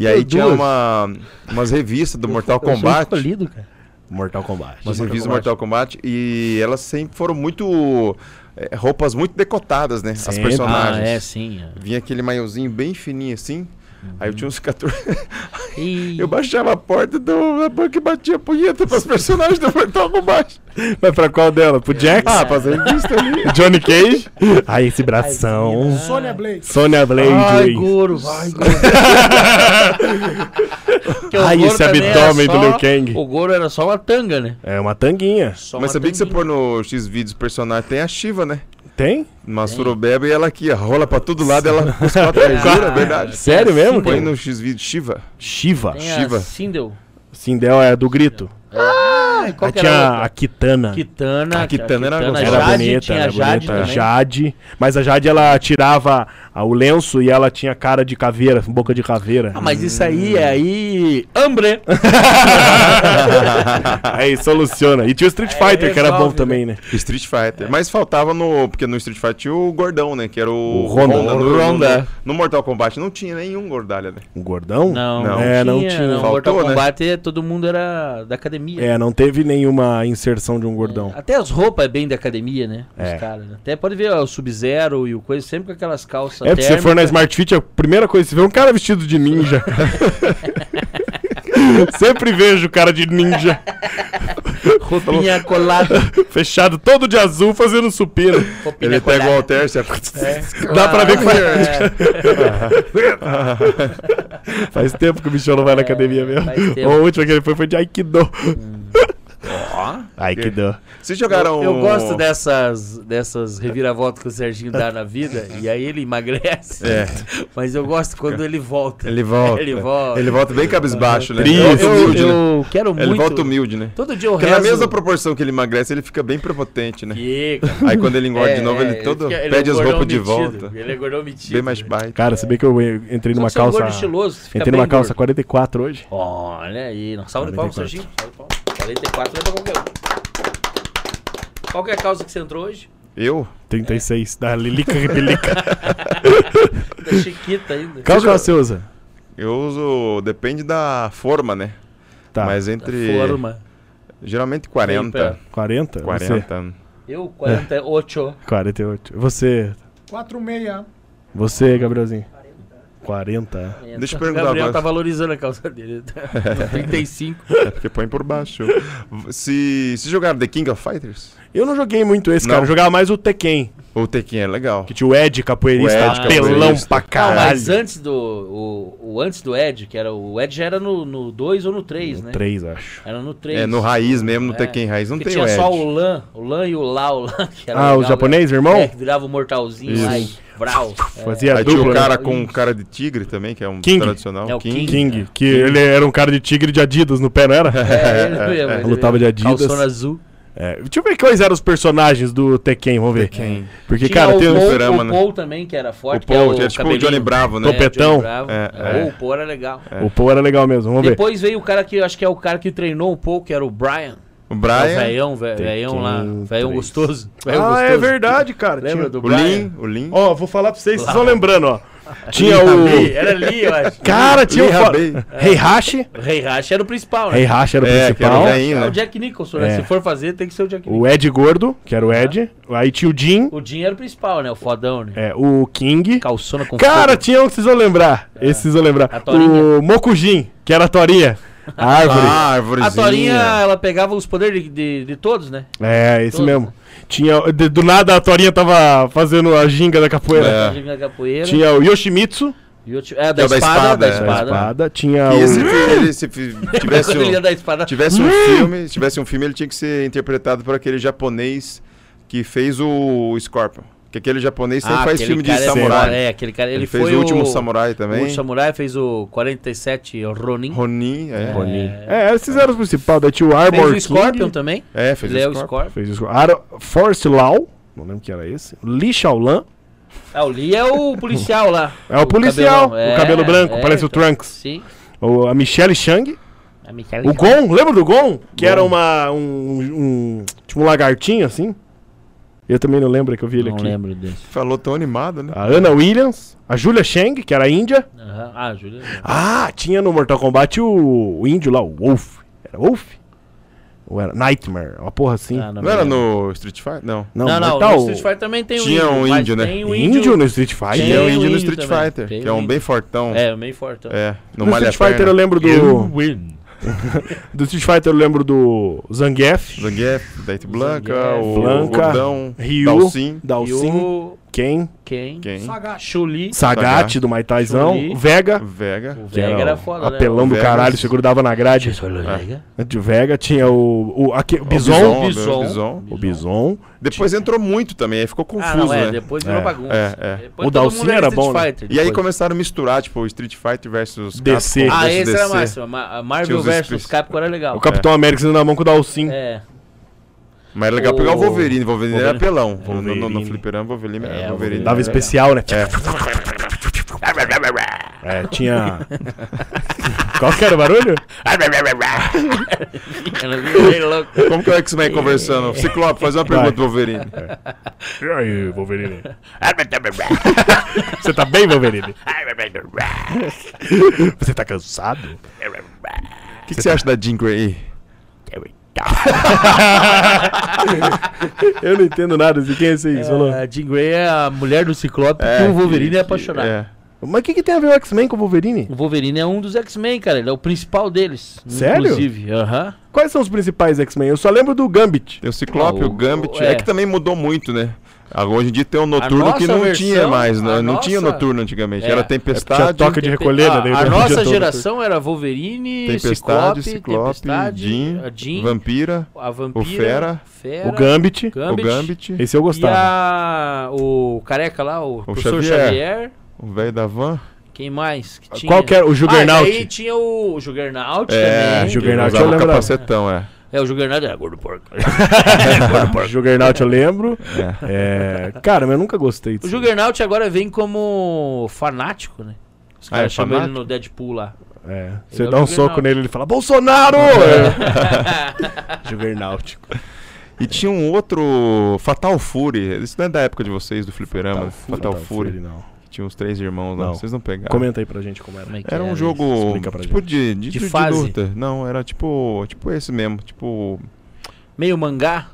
E aí tinha uma, umas revistas do Mortal Kombat.
Escolhido, cara.
Mortal Kombat.
Umas revistas do Mortal Kombat. E elas sempre foram muito. eh, roupas muito decotadas, né? As
Sempre.
Ah, é,
personagens.
sim. é.
Vinha aquele maiozinho bem fininho assim. Aí eu tinha uns [laughs] 14.
Ih,
Eu baixava a porta do da banca e batia a punheta pras personagens do Mortal Kombat.
Mas pra qual dela? Pro Jax? Ah, pra revista ali. Johnny Cage? Ai, esse bração.
Sônia Blade.
Sônia Blade.
Ai, Goro, vai, Goro.
[laughs]
Porque o
Ai,
Goro
esse
também era
abdômen do
só-
Liu Kang.
O Goro era só uma tanga, né?
É uma tanguinha.
Só
Mas
uma
sabia que você
tanguinha.
pôr no X-Vídeos personagem tem a Shiva, né?
Tem?
Uma surubeba e ela aqui, ó, rola pra todo lado ela [laughs] com os quatro é verdade.
Sério mesmo?
Põe no X-Vídeos Shiva.
Shiva.
Tem a
Shiva.
Sindel.
Sindel é do grito.
Ah, qual
Aí
que era a
tinha
outra?
a Kitana.
Kitana.
A Kitana era gostosa.
Era
Jade,
bonita,
tinha
era
Jade
bonita.
também.
Jade. Mas a Jade, ela tirava a- o lenço e ela tinha cara de caveira, boca de caveira.
Ah, mas isso aí é aí. Ambre!
[laughs] Aí soluciona. E tinha o Street Fighter, que era bom
resolve,
também, né?
Street Fighter. Mas faltava no. Porque no Street Fighter tinha o gordão, né? Que era o.
O Honda.
No,
O Honda.
No, no Mortal Kombat não tinha nenhum gordalha, né?
Um gordão?
Não,
Não.
É, não tinha.
No
Faltou,
Mortal
né?
Kombat é, todo mundo era da academia.
É, não teve nenhuma inserção de um gordão.
Até as roupas é bem da academia, né? Os
É.
caras. né? Até pode ver ó, o Sub-Zero e o coisa, sempre com aquelas calças.
É, porque se você for na
térmicas.
Smart Fit, a primeira coisa que você vê é um cara vestido de
[laughs]
ninja. Sempre vejo o cara de
[laughs]
ninja
Roupinha colada.
[laughs] fechado todo de azul fazendo supino.
[laughs]
roupinha
Ele pega o
colada.
halter, você. [laughs]
Dá pra ver
é.
que faz...
é.
faz tempo que o bichão não vai na academia mesmo.
faz tempo.
A última que ele foi foi de Aikido. Ai, que deu.
Vocês jogaram. um-
Eu gosto dessas, dessas reviravoltas que o Serginho dá na vida, e aí ele emagrece.
É.
[laughs] Mas eu gosto quando ele volta.
Ele volta.
Ele volta.
Ele volta bem cabisbaixo, né?
Triste.
Ele volta
Eu,
humilde, né?
eu quero muito.
Ele volta humilde, né?
Todo dia eu
Porque
rezo.
na
[laughs]
mesma proporção que ele emagrece, ele fica bem prepotente, né?
Que, cara.
Aí quando ele engorda
É,
de novo,
é,
ele todo
fica- ele é
pede
um
as
gordão
roupas de
metido.
volta.
Ele é gordão metido.
Bem mais baixo.
Cara, se bem que eu eh, entrei
Só
numa
que você é um
calça.
gordo estiloso, fica
Entrei numa
bem
calça
gordo.
44 hoje.
Olha aí, não. salve de
44.
palmas, Serginho. Salve de palmas. 44 é pra qualquer um. Qual que é a calça que você entrou hoje?
Eu?
36, da Lilica
[laughs]
Repelica.
Da Chiquita ainda.
Qual que você usa?
Eu uso. Depende da forma, né?
Tá,
Mas
Da
entre.
Forma.
Geralmente
Tem
40.
pra-
40? 40.
40.
Eu, 48.
Você, 48. Você,
46.
você, Gabrielzinho. 40.
Deixa eu
O
perguntar
Gabriel
agora.
tá valorizando a calça
[laughs]
dele. Tá 35.
É porque põe por baixo. [laughs] Se, se jogaram The King of Fighters,
Eu não joguei muito esse,
Não.
cara. Eu jogava mais o Tekken,
o Tekken é legal.
que tinha o Ed capoeirista,
O Ed
pelão
capoeirista.
pra
Não,
caralho.
mas é- antes do. O, o antes do Ed, que era. O Ed já era no 2 ou no 3, né?
3, acho.
Era no 3.
É, no raiz mesmo, no
É.
Tekken raiz, não
Porque
tem
tinha
o Ed.
só o Lan, o Lan e o Lao Lan, [laughs] que era
Ah,
legal,
o japonês,
né?
irmão?
É, que virava o mortalzinho lá e
[laughs]
Vral.
Fazia
Aí tinha
dupla.
o
né?
cara com cara de tigre também, que é um
King.
tradicional.
É o King.
King, que ele era um cara de tigre de Adidas no pé, não era?
[laughs]
É, ele mesmo, ele
Lutava
mesmo.
de Adidas.
Calçona azul.
[laughs] É, deixa eu ver quais eram os personagens do Tekken, vamos ver.
Tekken.
Porque,
Tinha
cara,
o
tem
Paul,
o
fliperama,
o
né?
Paul também, que era forte.
O Paul,
que
que
era
é tipo o Johnny Bravo, né?
né?
Topetão.
Johnny Bravo.
É,
É,
é.
O Paul era legal.
o Paul era legal mesmo, vamos ver.
Depois veio o cara que, acho que é o cara que treinou o Paul, que era o Brian.
O
É o
Brian,
veião, ve- veião lá.
Tekken
Veião
três.
gostoso. Veião
Ah, é
gostoso.
verdade, cara.
Lembra
Tinha-
do
o
Brian?
Lin, o Lin.
Ó, vou falar pra vocês, vocês vão lembrando,
[laughs]
ó. Tinha o...
Lee, Era ali, eu acho.
Cara, tinha o...
Lee
fa-
Rabei.
É.
Heihachi.
O Rei Racha era o principal, né?
Heihachi era o
É, que era o
principal.
veinho,
É o
né?
Jack Nicholson, né?
É.
Se for fazer, tem que ser o Jack Nicholson.
O Ed Gordo, que era o Ed. Aí tinha o Jim,
O Jim era o principal, né? O fodão, né?
é, o King.
Calçona com
Cara,
fogo. É.
tinha um que vocês vão lembrar. Esse vocês vão
A
lembrar.
Torinha.
O Mokujin, que era a Torinha. A árvore.
Ah,
A
árvorezinha.
Torinha, ela pegava os poderes de, de, de todos, né?
É, esse
Todo.
mesmo. Tinha, de- do nada a Torinha tava fazendo a ginga da capoeira.
É.
Tinha da capoeira.
Tinha o Yoshimitsu,
E o ti- é, da,
o da
espada, da
espada, é.
espada.
Da
a espada. Tinha
Que
o.
esse fi- ele-
[laughs]
se fi- tivesse
Quando ele ia
um,
da espada.
tivesse um filme, se tivesse um filme, ele tinha que ser interpretado por aquele japonês que fez o Scorpion. um Que aquele japonês sempre faz
aquele
filme de
cara é
samurai.
foda, É, aquele cara. Ele,
Ele, fez
foi
o último samurai
O
também.
último samurai fez o 47 Ronin.
Ronin, é. Ronin.
É, esses eram os principais. Daí tinha o Armor
Fez o
King,
Scorpion também.
É, fez
Ele é o
o Scorpion.
Scorpion.
Fez o Scorpion. Ar- Force Law. Não lembro que era esse. Li Shaolan.
Ah, o Lee é o policial lá.
É o, policial.
cabelão.
o cabelo
É,
branco,
é,
parece o
então,
Trunks.
Sim.
O, a Michelle Chang.
A Michelle
O Gon, lembra do Gon? Que era uma. Um, um- Tipo um lagartinho assim. Eu também não lembro é que eu vi ele
Não
aqui.
lembro desse.
Falou tão animado, né?
A Ana Williams. A Julia Cheng, que era índia.
Aham. Ah, Júlia.
Ah, tinha no Mortal Kombat o, o índio lá, o Wolf. Era Wolf? Ou era Nightmare? Uma porra assim.
Ah,
Não era no Street Fighter? Não.
Não, não,
Mortal-
no Street Fighter também tem
Tinha um
mas
índio, né?
Tem um
índio, no Street Fighter?
Tinha
Tem
é o
o
índio no
índio
Street
também.
Fighter,
Tem
que é
o
um
índio.
bem fortão.
É, meio fortão.
É, no,
No
malha
Street Fighter eu
perna.
lembro do. [laughs] Do Street Fighter eu lembro do Zangief,
Zangief, Date Blanca,
Zangief.
o
Blanca,
Gordão,
Ryu,
Dalsin,
E
Dalsin,
o
Ken,
quem?
quem?
Sagat.
Chuli.
Sagat do Mai Taizão,
Chun-Li,
Vega,
Vega.
O
que
Vega
era
era
o
foda,
apelão
O
do
Vegas.
caralho, se grudava na grade.
né?
De Vega tinha o. o aque- o
Bison, né?
Bison.
Bison.
Bison.
O Bison.
Depois entrou muito também, aí ficou
Ah,
confuso,
não, é,
né?
depois virou
É,
bagunça.
é, é.
Depois
O
todo
Dalsin
mundo
era bom, né?
Street Fighter.
E aí
depois.
começaram a misturar, tipo, Street Fighter versus
DC.
Capcom
Ah,
versus
esse era
DC.
massa. Ma-
Tinha
Marvel
os
vs
espíritos.
Capcom era legal.
O Capitão América saindo na mão com o Dalsin.
É.
Mas era legal pegar o
O-
Wolverine, Wolverine era
Wolverine.
apelão. No, no, no,
Wolverine.
no fliperama, Wolverine
É,
era
Wolverine.
Wolverine.
Dava
É.
especial, né?
É.
É, tinha. [laughs] Qual que era o barulho? [laughs]
Era bem louco.
Como que é o X-Men
[laughs]
conversando? Ciclope, faz uma pergunta pro Wolverine.
É. E aí, Wolverine? Você tá bem, Wolverine? Você tá cansado?
O que, que você acha da Jean Grey?
Eu não entendo nada de quem é esse aí, você falou.
A Jean Grey é a mulher do Ciclope
É,
que o Wolverine
que-
é
que-
apaixonado.
é.
Mas o que, que tem a ver o X-Men com o Wolverine?
O Wolverine é um dos X-Men, cara. Ele é o principal deles.
Sério?
Inclusive. Aham.
Quais são os principais X-Men? Eu só lembro do Gambit.
Tem o Ciclope,
Ah, o-
o Gambit.
o- é.
É. que também mudou muito, né? Ah, Hoje em dia tem um noturno que
nossa
não
versão,
tinha mais, né?
a
não tinha
nossa-
noturno antigamente.
É,
Era
é porque
tempestade,
toca de recolher, né? Daí
Ah, a
o dia
nossa
todo-
geração era Wolverine, Ciclope,
tempestade, ciclope,
Tempestade,
Jean,
a Jean,
vampira,
a Vampira,
Fera,
Fera,
O Gambit.
o
Gambit,
Gambit,
Esse eu
e
gostava.
a, o careca lá, o, professor Xavier.
Xavier. o velho da van.
Quem mais que tinha?
Qual que era? O
Ah,
Juggernaut.
e daí tinha o Juggernaut
É,
também.
que
Juggernaut eu
usava o
lembrava.
capacetão, é.
É, o Juggernaut era gordo porco. tipo,
[laughs] Juggernaut eu lembro. É, cara, mas eu nunca gostei
O
disso.
Juggernaut agora vem como fanático, né? Os
Ah,
caras
é
chamam ele
fanático?
no Deadpool lá.
É, Você
é o
dá um
Juggernaut.
soco nele ele fala,
[laughs]
Bolsonaro! É. Juggernaut.
E tinha um outro Fatal Fury. Isso não é da época de vocês, do fliperama. Fatal, Fury.
não.
Tinha uns três irmãos lá.
Não.
Vocês não pegaram.
Comenta aí pra gente como era.
Como é que
Era um
isso?
jogo
Explica pra
tipo de, de,
De
de
fase?
luta. Não, era tipo, tipo esse mesmo. Tipo,
Meio mangá.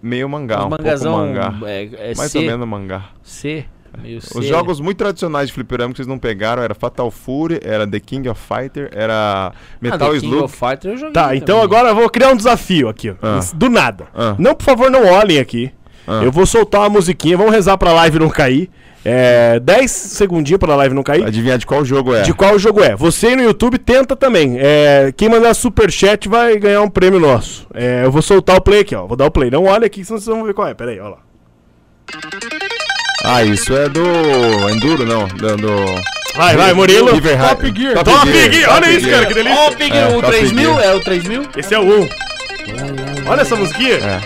meio mangá. Um,
um mangazão.
pouco mangá.
É, é
Mais
C,
ou menos mangá.
C. Meio C. né?
Os jogos muito tradicionais de fliperama que vocês não pegaram era Fatal Fury, era The King of Fighter, era Metal
Ah, The King
Slug.
of Fighter eu joguei
Tá, então
também.
agora eu vou criar um desafio aqui. ó.
Ah.
Do nada.
Ah.
Não, por favor, não olhem aqui.
Ah.
Eu vou soltar uma musiquinha, vamos rezar pra live não cair. É, 10 segundinhos pra live não cair.
Adivinhar de qual jogo é.
De qual jogo é? Você aí no YouTube tenta também. É, quem mandar superchat vai ganhar um prêmio nosso. É, eu vou soltar o play aqui, ó. Vou dar o play. Não olha aqui, senão vocês vão ver qual é. Pera aí, ó lá.
Ah, isso é do. Enduro, não. Do. do-
Vai, vai, Murilo.
River Hi-
Top Gear. Top, Gear. Olha
Top
isso,
Gear.
cara, que delícia.
Ó, o Big-
É,
o
Top
3000?
Gear.
É o 3000?
Esse é o 1. Olha essa musiquinha.
É.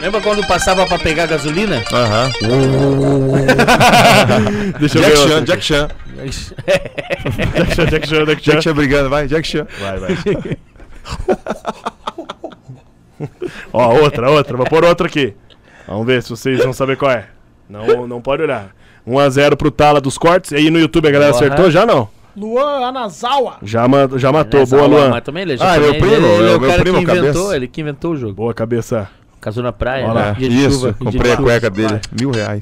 Lembra quando passava pra pegar gasolina?
Aham.
[laughs] Deixa
Jack
outra
Chan,
aqui.
Jack Chan.
É,
Jack Chan, Jack Chan, Jack Chan.
Jack Chan brigando, vai, Jack Chan.
Vai, vai. Ó, outra, outra. Vou pôr outra aqui. Vamos ver se vocês vão saber qual é. Não, não pode olhar. 1x0 pro Tala dos cortes. E aí no YouTube a galera
Porra.
acertou? Já não.
Luan Anazawa.
Já, ma- já matou.
Nessa
Boa,
aula,
Luan.
Mas também ele é
Ah,
japonês,
meu primo,
ele, ele é
meu-
o
meu
cara que
primo, cabeça.
inventou, ele que inventou o jogo.
Boa cabeça.
Casou na praia,
Olha
né?
É,
Dia de
isso,
chuva, dia de
comprei a
chuva.
cueca dele. Mil reais.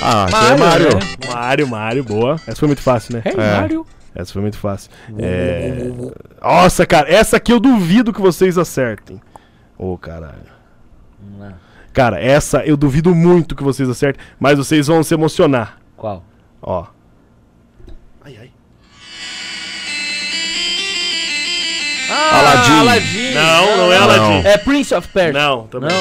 Ah, isso é
Mario,
Mario. É.
né?
Mário, Mário, boa. Essa foi muito fácil, né?
Hey, É, Mario.
Essa foi muito fácil. É... Nossa, cara, essa aqui eu duvido que vocês acertem. Ô, caralho.
Vamos lá.
Cara, essa eu duvido muito que vocês acertem, mas vocês vão se emocionar.
Qual?
Ó.
Ah,
Aladdin.
Aladdin.
Não, não é
Não.
Aladdin.
É Prince of Persia.
Não, também.
Não.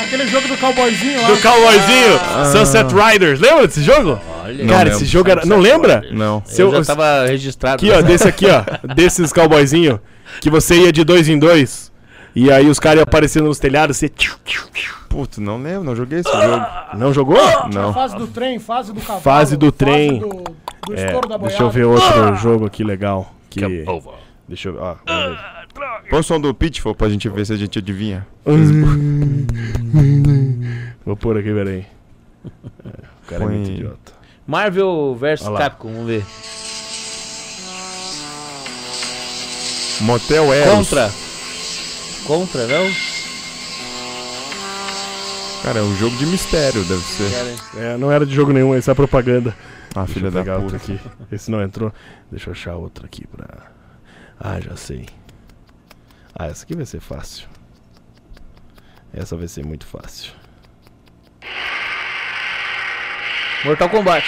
É aquele jogo do cowboyzinho lá.
Do Cowboyzinho, Sunset Riders. Lembra desse jogo?
Olha.
Não
cara,
lembro. é?
esse jogo era. Não lembra?
Não.
Eu
Seu-
já tava registrado. né?
Aqui, ó, desse aqui, ó. Desses cowboyzinho que você ia de dois em dois. E aí os caras iam aparecendo nos telhados, você. tchiu, tchiu, tchiu.
Putz, não lembro, não joguei esse jogo.
Não jogou?
A
Não.
fase do trem, fase do cavalo.
Fase do trem.
do, do
É,
estouro da boiada. Ah!
deixa eu ver outro jogo aqui legal. Que...
é
Deixa eu ver. Ó, vamos ver.
Põe o som do Pitfall pra gente ver se a gente adivinha.
Vou pôr aqui, peraí. É, O cara é muito
Põe-
idiota.
Marvel vs
Olha lá.
Capcom, vamos ver.
Motel
É
Eros.
Contra. Contra, não?
Cara, é um jogo de mistério, deve ser.
É, não era de jogo nenhum, essa é propaganda.
Ah,
Deixa
filha
eu
da
pegar
puta.
outro tá aqui. Esse não entrou. Deixa eu achar outro aqui pra. Ah, já sei. Ah, essa aqui vai ser fácil. Essa vai ser muito fácil.
Mortal Kombat.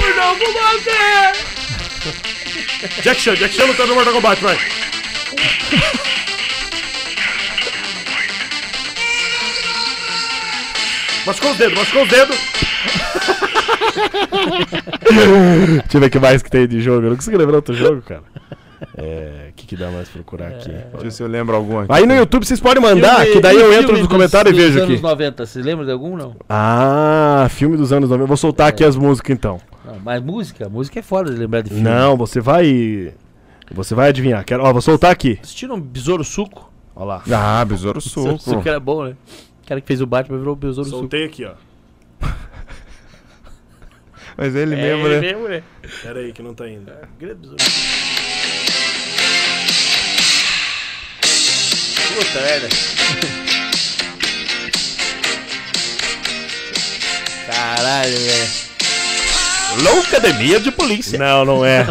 Mortal Kombat!
Jack Chan, Jack Chan lutando no Mortal Kombat, vai. Machucou os dedos, machucou os dedos. [laughs] Deixa eu ver o que mais que tem de jogo. Eu não consigo lembrar outro jogo, cara. É, o que, que dá mais pra procurar aqui?
É.
Deixa eu ver se eu lembro algum aqui.
Aí no YouTube vocês podem mandar, que daí eu entro no comentário e vejo aqui.
anos 90, vocês lembram de algum, não?
Ah, filme dos anos 90. Eu vou
É.
soltar aqui as músicas então.
Não, mas música, música é foda de lembrar de filme.
Não, você vai. Você vai adivinhar. Quero... Ó, vou soltar aqui.
Assistiram Besouro Suco?
Ó lá.
Ah, Besouro Soco.
Besouro Suco era bom, né? O cara que fez o Batman virou o Besouro Suco.
Soltei aqui, ó.
Mas
É,
ele mesmo, né?
mesmo, né?
Pera aí que não tá indo.
Puta merda. Caralho, velho.
Loucademia de polícia.
Não, não é.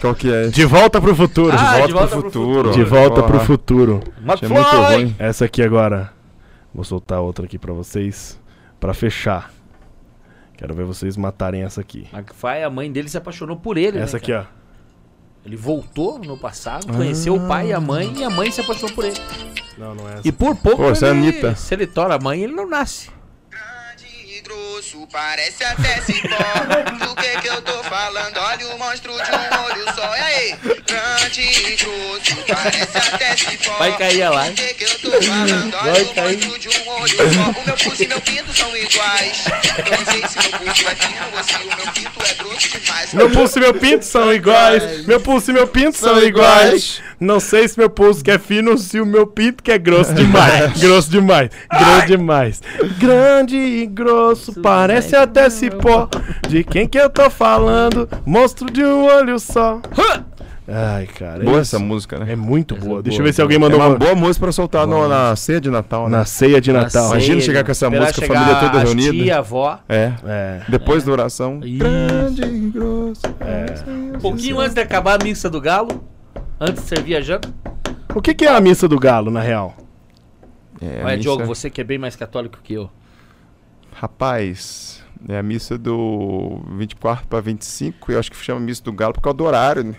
Qual que é?
De volta pro futuro.
Ah,
volta,
de volta
pro
pro
futuro.
De volta pro
Porra,
futuro.
isso É muito ruim.
Essa aqui agora. Vou soltar outra aqui pra vocês. Pra fechar. Quero ver vocês matarem essa aqui.
McFly, a mãe dele se apaixonou por ele.
Essa
né,
aqui, ó.
ó. Ele voltou no passado, conheceu o pai e a mãe, e a mãe se apaixonou por ele.
Não, não é essa.
E por pouco.
Pô, essa é a
ele-
Anitta.
Se ele tora a mãe, ele não nasce.
Grande e grosso, parece até cipó. Do que que eu tô falando? Olha o monstro de um olho só. E aí? Grande e grosso, parece até cipó.
Vai cair a
Do
live.
que que eu tô falando?
Vai
Olha o
cair.
monstro de um olho só. O meu pulso e meu pinto são iguais. Eu não sei se meu pulso é fino ou se o meu pinto é grosso demais.
Meu pulso e meu pinto são iguais. Meu pulso e meu pinto são iguais. Não sei se meu pulso que é fino ou se o meu pinto que é grosso [laughs] demais. grosso demais. Grande demais. Grande e grosso, parece até cipó. De quem que eu tô falando? Monstro de um olho só. Ai, cara. é
Boa
isso.
essa música, né?
É muito boa. Deixa eu
boa,
ver se alguém
É
mandou
uma
uma
boa música pra soltar no- na ceia de Natal, né?
na ceia de Natal.
ceia. imagina chegar com essa
Esperar
música, a
chegar
família toda
as
reunida.
Tia, a avó.
É.
É. É.
Depois da oração.
Grande
e grosso.
Um pouquinho antes de acabar a missa do galo. Antes de servir a janta.
O que, que é a missa do galo, na real?
É, a
Olha,
missa-
Diogo, você que é bem mais católico que eu.
Rapaz, é a missa do 24 para 25, eu acho que chama missa do galo por causa do horário, né?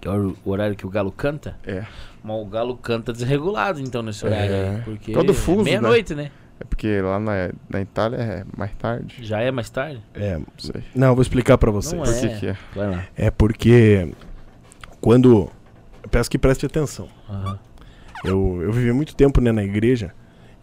Que é o horário que o galo canta.
É.
Mas o galo canta desregulado, então, nesse horário.
É.
aí, Porque
Por causa do fuso, né?
meia-noite, né?
É porque lá na, na Itália é mais tarde.
Já é mais tarde?
É,
Não sei.
não, eu vou explicar pra vocês.
Não
Por que que é?
Vai lá.
É porque quando. Eu peço que preste atenção. Eu, eu vivi muito tempo né, na igreja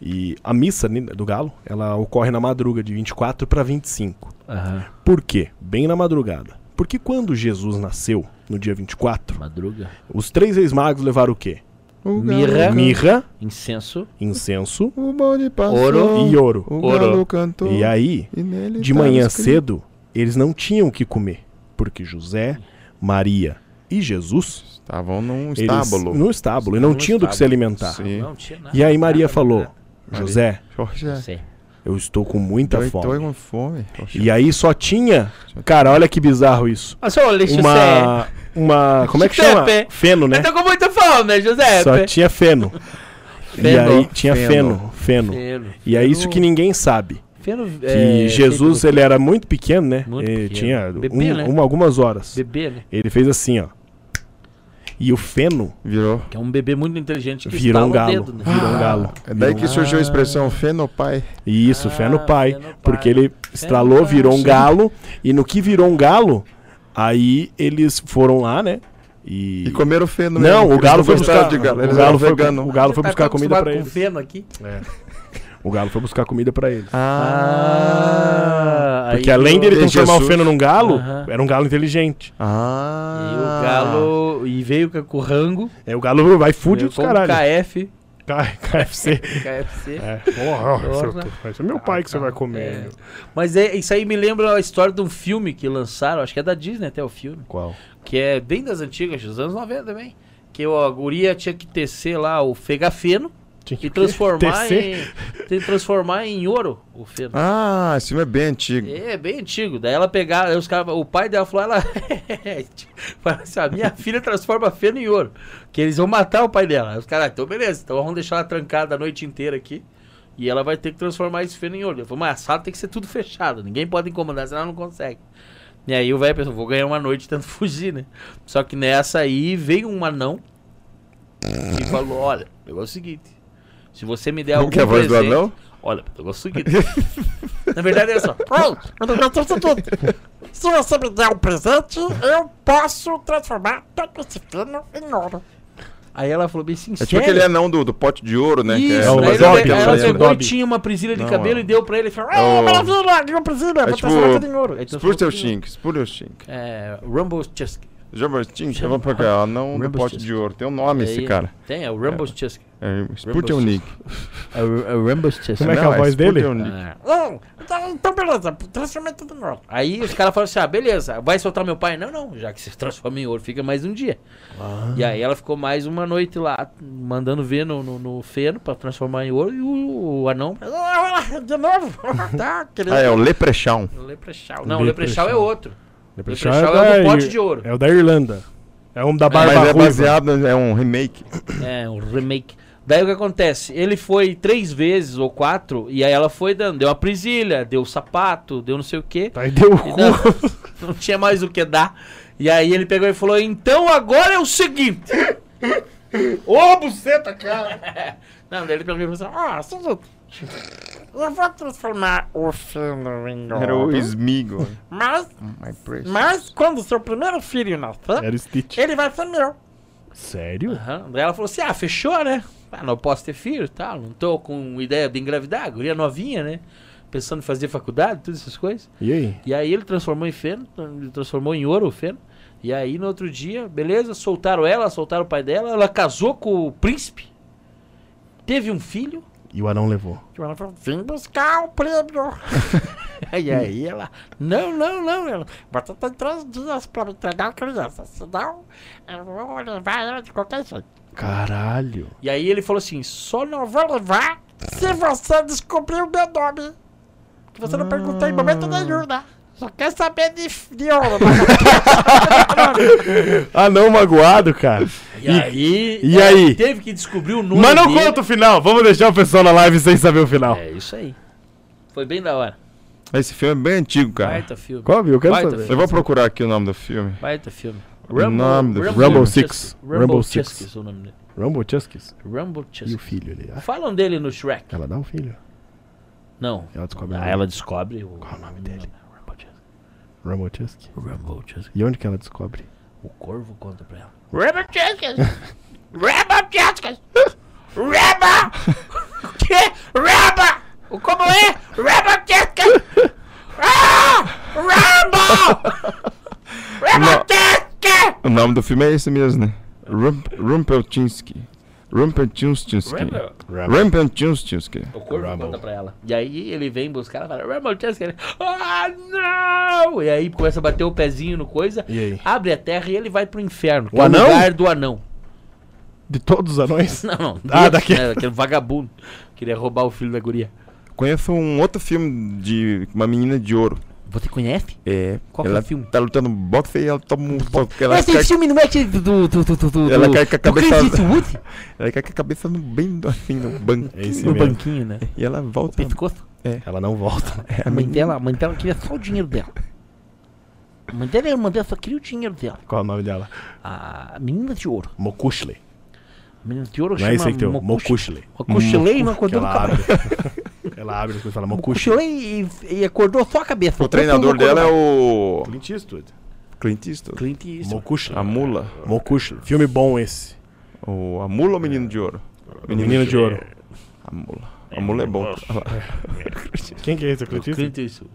e a missa né, do galo ela ocorre na madruga de 24 para 25.
Aham.
Por quê? Bem na madrugada. Porque quando Jesus nasceu, no dia 24,
Madruga.
os três reis magos levaram o quê?
Mirra.
Mirra,
Incenso.
incenso
O bonde passou.
Ouro.
e ouro.
O
Ouro.
galo cantou.
E aí,
e nele
de
tava
manhã
escrito.
cedo, eles não tinham o que comer. Porque José, Maria e Jesus
Estavam num
Eles-
estábulo.
No estábulo. E não
No
tinha do que se
estábulo.
alimentar.
Sim.
Não tinha nada.
E aí Maria falou:
Maria.
José,
Jorge,
Sei.
eu estou com muita
eu tô
Tá fome.
com fome. Jorge.
E aí só tinha. Cara, olha que bizarro isso.
Ah, só olha, José.
Uma. Uma. Como é que chama?
Giuseppe.
Feno, né?
Eu tô com muita fome, né, José?
Só tinha feno. E
Feno.
aí tinha feno.
Feno.
Feno.
Feno.
E é isso que ninguém sabe.
Feno,
Que
é,
Jesus,
feito
ele era muito pequeno, né?
Muito
Ele
pequeno.
Tinha
Bebê,
um-
né?
uma- algumas horas.
do Bebê, né?
Ele fez assim, ó. E o feno
Virou.
Que é um bebê muito inteligente que
virou um galo.
estala o dedo, né?
Virou um galo.
É daí que surgiu a expressão fenopai.
E Isso, fé no
Ah,
pai.
fé no pai.
Porque ele estralou,
pai,
virou um galo. E no que virou um galo, aí eles foram lá, né? E.
E comeram feno
não,
mesmo,
o
eles
galo foi
gostavam
buscar.
de galo.
O
Eles
galo
eram
foi,
vegano.
o galo foi
Tá
buscar comida
acostumado
pra
com
eles.
feno aqui.
O galo foi buscar comida pra eles.
Ah,
Porque
aí
além
o-
dele
E
transformar o
Jesus?
feno num galo,
Aham.
era um galo inteligente.
E
Ah.
o galo. E veio com- com o rango.
É o galo vai food
veio
dos
com o
caralho.
KF.
K- KFC.
KFC.
É. Porra,
Porra.
seu- mas é meu pai que você vai comer.
É. Mas é, isso aí me lembra a história de um filme que lançaram, acho que é da Disney até o filme,
Qual?
que é bem das antigas, dos anos 90 também. Que o- a guria tinha que tecer lá o fegafeno
Tinha
e transformar em,
Tecer?
te- transformar em ouro o feno.
Ah, esse filme é bem antigo.
É, bem antigo. Daí ela pegava, aí os cara, o pai dela falou, ela [laughs] falou assim, a minha filha transforma feno em ouro, que eles vão matar o pai dela. Aí os caras, "Ah, então beleza, então vamos deixar ela trancada a noite inteira aqui. E ela vai ter que transformar esse feno em ouro. Eu falei, mas a sala tem que ser tudo fechado, ninguém pode incomodar, senão ela não consegue. E aí o velho pensou, vou ganhar uma noite tentando [laughs] fugir, né? Só que nessa aí veio um anão e falou, olha, o negócio é o seguinte, se você me der
Como
algum
que é a voz do
presente,
anão?
Olha, eu vou seguir. [laughs] Na verdade é só. Pronto!
Se você me der um presente, eu posso transformar todo esse fino em ouro.
Aí ela falou bem sincero.
É tipo aquele anão do, do pote de ouro, né? que é-
Isso,
o
daí ele
Dobby,
pegou-
é o
ela
Dobby.
pegou e
Dobby.
tinha uma presilha de
Não,
cabelo
é.
e deu pra ele e falou: Ah,
É o-
tá
maravilha, aqui uma presilha,
É
vou
tipo-
transformar tudo em ouro. Aí transformou
Expulsa
tudo
o
em-
Shink, expulsa o Shink.
É, Rumble Chusk.
Jabertin, chama pra cá, anão do pote de ouro. Tem um nome esse
Aí,
cara.
Tem, é o Rumble Chusk.
É, Sputnik.
É o, é o Rumble Chusk.
Como é que é a Não, é voz dele? Sputnik.
Ah, Não, tá- então beleza, transformei tudo em ouro. Aí os caras falaram assim: ah, beleza, vai soltar meu pai? Não, não, já que você [laughs] transforma em ouro, fica mais um dia. E aí ela ficou mais uma noite lá, mandando ver no, no, no feno pra transformar em ouro. E o, o anão. "Ah, De novo? [laughs] tá, querido."
Ah, é o Leprechaun.
Leprechaun. Não, o Leprechaun é outro.
Leprechaun
Leprechaun é o do
da
pote
Ir-
de ouro.
É o da Irlanda. É um da barba
Mas é
ruiva.
baseado, é um remake.
É, um remake. Daí o que acontece? Ele foi três vezes ou quatro, e aí ela foi dando. Deu uma prisilha, deu sapato, deu não sei o quê.
Aí deu o
cu. [laughs] Não, não tinha mais o que dar. E aí ele pegou e falou: Então agora é o seguinte.
[laughs] Ô, buceta, cara!
[laughs] Não, daí ele pegou e falou assim: Ah, só- eu vou transformar o filho em
Era o Smigo.
Mas,
[laughs] My precious.
mas quando o seu primeiro filho nascer,
[laughs] Era o
É.
Stitch.
ele vai ser meu.
Sério?
Aham. Daí ela falou assim: ah, fechou, né? Ah, não posso ter filho e tal. Não tô com ideia de engravidar, guria novinha, né? Pensando em fazer faculdade, todas essas coisas.
E aí?
E aí ele transformou em feno, ele transformou em ouro o feno. E aí no outro dia, beleza, soltaram ela, soltaram o pai dela. Ela casou com o príncipe, teve um filho.
E o anão levou.
E ela falou: vim buscar o prêmio. [laughs] e aí ela: não, não, não, ela, você tem três dias pra me entregar a criança, senão eu vou levar ela de qualquer jeito.
Caralho. [laughs]
E aí ele falou assim: só não vou levar se você descobrir o meu nome. Que você não perguntou em momento nenhum, né? Só quer saber de, de ouro. né?
Anão Ah, magoado, cara.
E, aí,
e
ela
aí?
teve que descobrir o nome.
Mas não
dele.
conta o final. Vamos deixar o pessoal na live sem saber o final.
É isso aí. Foi bem da hora.
Esse filme é bem antigo, cara.
Baita filme.
Qual, eu quero
Baita
saber.
Eu vou procurar aqui o nome do filme.
Baita filme.
O nome do filme.
Rumble Six.
Rumble
Rumble
Cheskis
Six.
é o nome dele.
Rumble Chuskies.
Rumble Chess.
E o filho ali. Ah,
Falam dele no Shrek.
Ela dá um filho.
Não.
Ela descobre.
Ah, ela descobre o. Qual
é o nome dele? Rumble Chesky.
Rumble Chess.
E onde que ela descobre?
O corvo conta pra ela.
Reba Cheskas! Reba Cheskas! Reba! Que? Reba! Como é? Reba Cheskas! Ah! Reba! Reba Cheskas!
O nome do filme é esse mesmo, né? Rump Rumpeltinsky. Rumpeltinsky.
Rumble.
Rumpeltinsky.
O corvo conta pra ela. E aí ele vem buscar ela e fala, Rumble Chess. Ele, ah, não! E aí começa a bater o pezinho no coisa,
E aí?
abre a terra e ele vai pro inferno. que
O
é
anão?
lugar do anão. [laughs]
De todos os anões?
Não, não.
Ah,
desse,
daquele.
né, daquele vagabundo. Queria roubar o filho da guria.
Conheço um outro filme de uma menina de ouro.
Você conhece?
É.
Qual que é
ela
o filme?
tá lutando boxe e ela toma um soco. Ela,
Mas esse
cai,
filme não é que do... do, do, do, do
ela cai com a
do Clint
cabeça.
Eastwood?
[laughs] Ela cai com a cabeça no bem do- assim, no
É esse mesmo.
No
banquinho.
banquinho, né?
e ela
O
volta.
pescoço.
Ela não [laughs] volta.
É,
A mãe dela, a mãe dela queria só o dinheiro dela. A mãe dela, a irmã dela só queria o dinheiro dela.
Qual é o nome dela?
A menina de ouro.
Mocushley.
A menina de ouro
Não é esse aí
chama
que tem o
Mokushi-
Mocushley.
Mokushilei, mas
Que
acordou
ela
no
abre. [laughs] ela abre e fala Mocushley.
Cochilei e, e acordou só a cabeça. Então,
O treinador dela é o.
Clint Eastwood.
Clint Eastwood.
Clint Eastwood.
Mocushley.
A mula.
Mocushley. Filme bom esse.
O, a mula ou menino de ouro?
Menino de É. Ouro.
A mula. A mula é bom.
Quem que é esse? O Clint Eastwood?
Clint [laughs] Eastwood.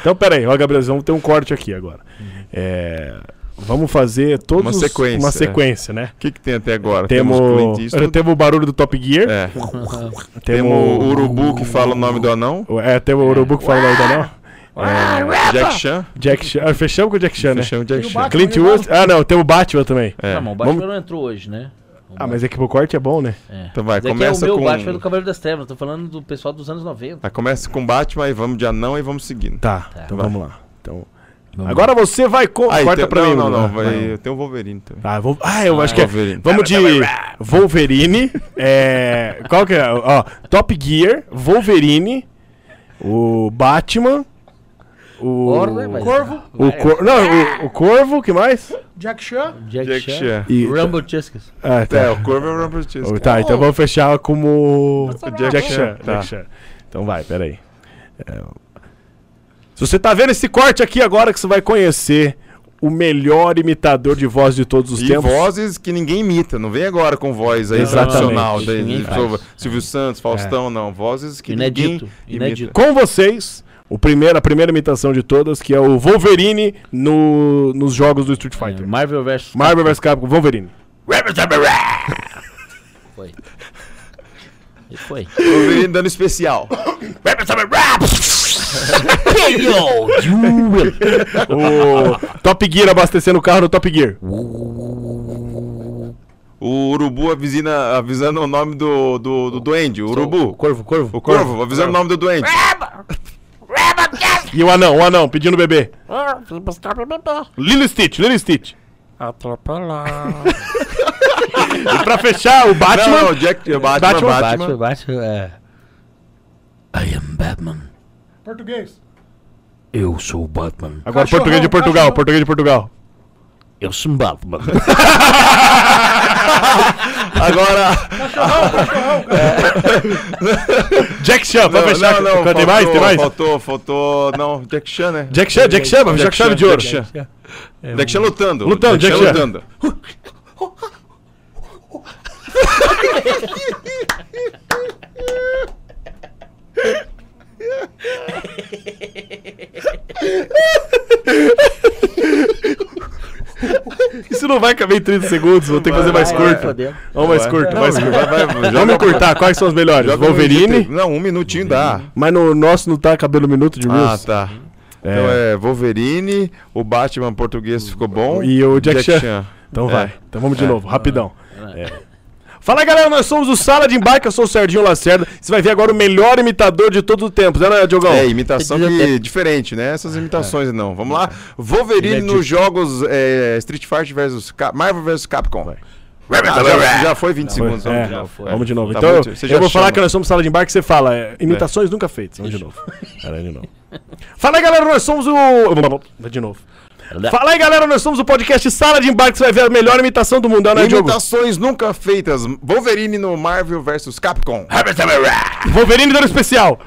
Então, peraí, ó, Gabrielzão, vamos ter um corte aqui agora. É, vamos fazer todos
Uma
os-
sequência,
uma
é.
sequência, né?
O que, que tem até agora?
Temos,
Clint Eastwood.
temos o barulho do Top Gear.
É.
Temos,
Temos o urubu que fala o nome do anão.
É, temos o Urubu que fala ainda não.
É, Jack Chan.
Jack Chan. Ah, fechamos com o Jack Chan, né?
Fechamos Jack Chan.
Batman.
Clint Eastwood. Ah, não, temos o Batman também.
É.
Tá bom, o Batman não entrou hoje, né?
Ah, mas é que o corte é bom, né?
Então vai,
Mas é que é o
começa
meu
com.
Batman do Cavaleiro das Trevas. Tô falando do pessoal dos anos 90.
Aí começa com Batman, aí vamos de anão e vamos seguindo.
Tá, então
vai.
vamos lá. Então, agora você vai com.
Aí,
corta
tem-
pra
não,
mim,
Não,
Bruno.
não, vai. Tem o Wolverine também.
Ah, vou... ah, eu acho que é.
Wolverine. tá
Vamos de Wolverine. é... Qual que é? Ó, Top Gear, Wolverine, o Batman, o.
Porra, né, mas-
Corvo,
O cor... Não, o, o Corvo, que mais?
Jack Chan,
Jack,
Jack
Chan.
Chan.
E...
Rumble Cheskas.
Ah,
É,
tá.
o Corvo é o Robert
Oh,
Chesky.
tá, então vamos fechar como.
Jack
Jack Chan.
Chan, tá.
Jack Chan. Então vai, peraí. É, Se você tá vendo esse corte aqui agora que você vai conhecer o melhor imitador de voz de todos os
E
tempos.
vozes que ninguém imita, não vem agora com voz aí
Exatamente. É.
tradicional. daí,
Ninguém
tipo, Silvio Santos, Faustão, não. Vozes que
Inédito.
ninguém imita.
Inédito.
Com vocês, O primeiro, a primeira imitação de todas, que é o Wolverine no, nos jogos do Street Fighter.
Marvel vs.
Marvel vs Capcom, Wolverine.
Foi. E foi.
Wolverine dando especial.
o Top Gear abastecendo o carro no Top Gear.
O urubu avisina, avisando o nome do, do, do duende, o urubu.
Corvo, corvo.
O corvo, avisando o nome do duende.
Ah, E o anão, o anão, pedindo bebê.
Ah,
Lilo Stitch, Lilo Stitch. [laughs] E pra fechar, o Batman.
Não, não, Jack, Batman,
Batman,
Batman.
Batman, Batman, é. I am Batman.
Português.
Eu sou o Batman.
Agora
Cachorrão,
português de Portugal,
cachorrão.
português de Portugal.
Eu sou o Batman.
Agora.
Jack Chan, pra fechar.
não, não,
Tem mais? Tem
faltou-
mais?
Faltou, faltou. Não, Jack Chan, né?
Jack Chan, Jack Chan, pra fechar com chave de ouro.
Jack Chan, Jack Chan lutando.
Lutando, Jack Chan.
lutando.
Isso não vai caber em 30 segundos, vou ter que fazer mais
vai,
curto.
fodeu.
Vamos mais curto, mais
Vai,
curto.
vai, vai, joga-
Vamos encurtar, quais são os melhores?
joga um
Wolverine,
minuto. Não, um minutinho dá.
mas no nosso não tá cabelo minuto de
Ah,
Reels.
tá. Então é Wolverine, o Batman português ficou bom.
E o Jack Chan. Então
É.
vai. Então vamos de novo, rapidão. É. Fala galera, nós somos o Sala de Embarque, eu sou o Serginho Lacerda. Você vai ver agora o melhor imitador de todos os tempos, né, né, Diogão?
É, imitação que, diferente, né?
É,
Essas imitações não. Vamos lá. Wolverine nos jogos é, Street Fighter versus Cap- Marvel vs Capcom. Ah, já, já foi 20 segundos.
É,
Vamos de novo.
Vamos de novo.
Tá
então,
muito-
eu-
você já
eu vou falar
chama.
que nós somos sala de embarque, você fala. é, imitações nunca feitas. Vamos de novo. Caralho, de novo. Fala aí, galera, nós somos o. Vai de novo. Fala aí, galera, nós somos o podcast Sala de Embarque. Você vai ver a melhor imitação do mundo, né, Diogo?
Imitações nunca feitas. Wolverine no Marvel vs Capcom.
Wolverine dando especial.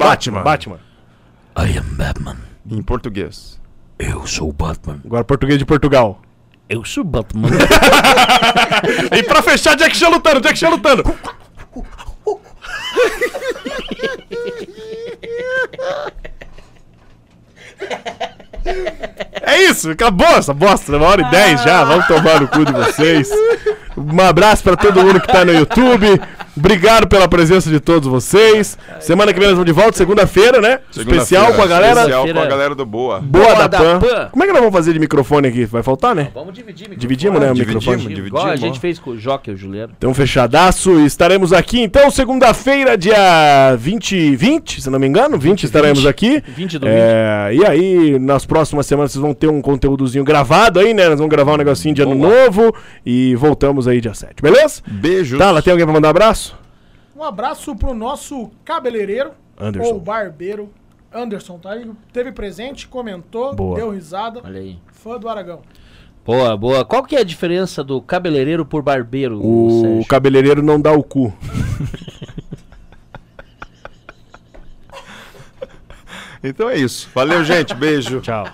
Batman.
Batman.
I am Batman.
Em português.
Eu sou o Batman.
Agora português de Portugal.
Eu sou o Batman.
E pra fechar, Jack Chan lutando, Jack Chan lutando. É isso, acabou essa bosta, né? uma hora e dez já, vamos tomar no cu de vocês. Um abraço pra todo mundo que tá no YouTube. Obrigado pela presença de todos vocês. Semana que vem nós vamos de volta, segunda-feira, né? especial
Segunda-feira,
com a galera.
Especial com a galera do Boa.
Boa,
Boa
da,
da
Pan.
Pan.
Como é que nós vamos fazer de microfone aqui? Vai faltar, né?
[laughs] Vamos dividir, microfone.
Dividimos, né, o
Dividimos,
microfone?
dividimos.
Igual a gente fez com o Joque e o Juliano.
Então, fechadaço. E estaremos aqui, então, segunda-feira, dia 20, 20, se não me engano, 20, estaremos aqui.
20 do
É, e aí, nas próximas semanas, vocês vão ter um conteúdozinho gravado aí, né? Nós vamos gravar um negocinho de ano novo e voltamos aí dia 7, beleza?
Beijos.
Tá, lá tem alguém pra mandar abraço?
Um abraço pro nosso cabeleireiro.
Anderson.
Ou barbeiro. Anderson, tá aí. Teve presente, comentou,
Boa.
deu risada.
Olha aí.
Fã do Aragão.
Boa, boa. Qual que é a diferença do cabeleireiro por barbeiro,
O
Sérgio?
cabeleireiro não dá o cu.
Então é isso. Valeu, gente. Beijo.
Tchau.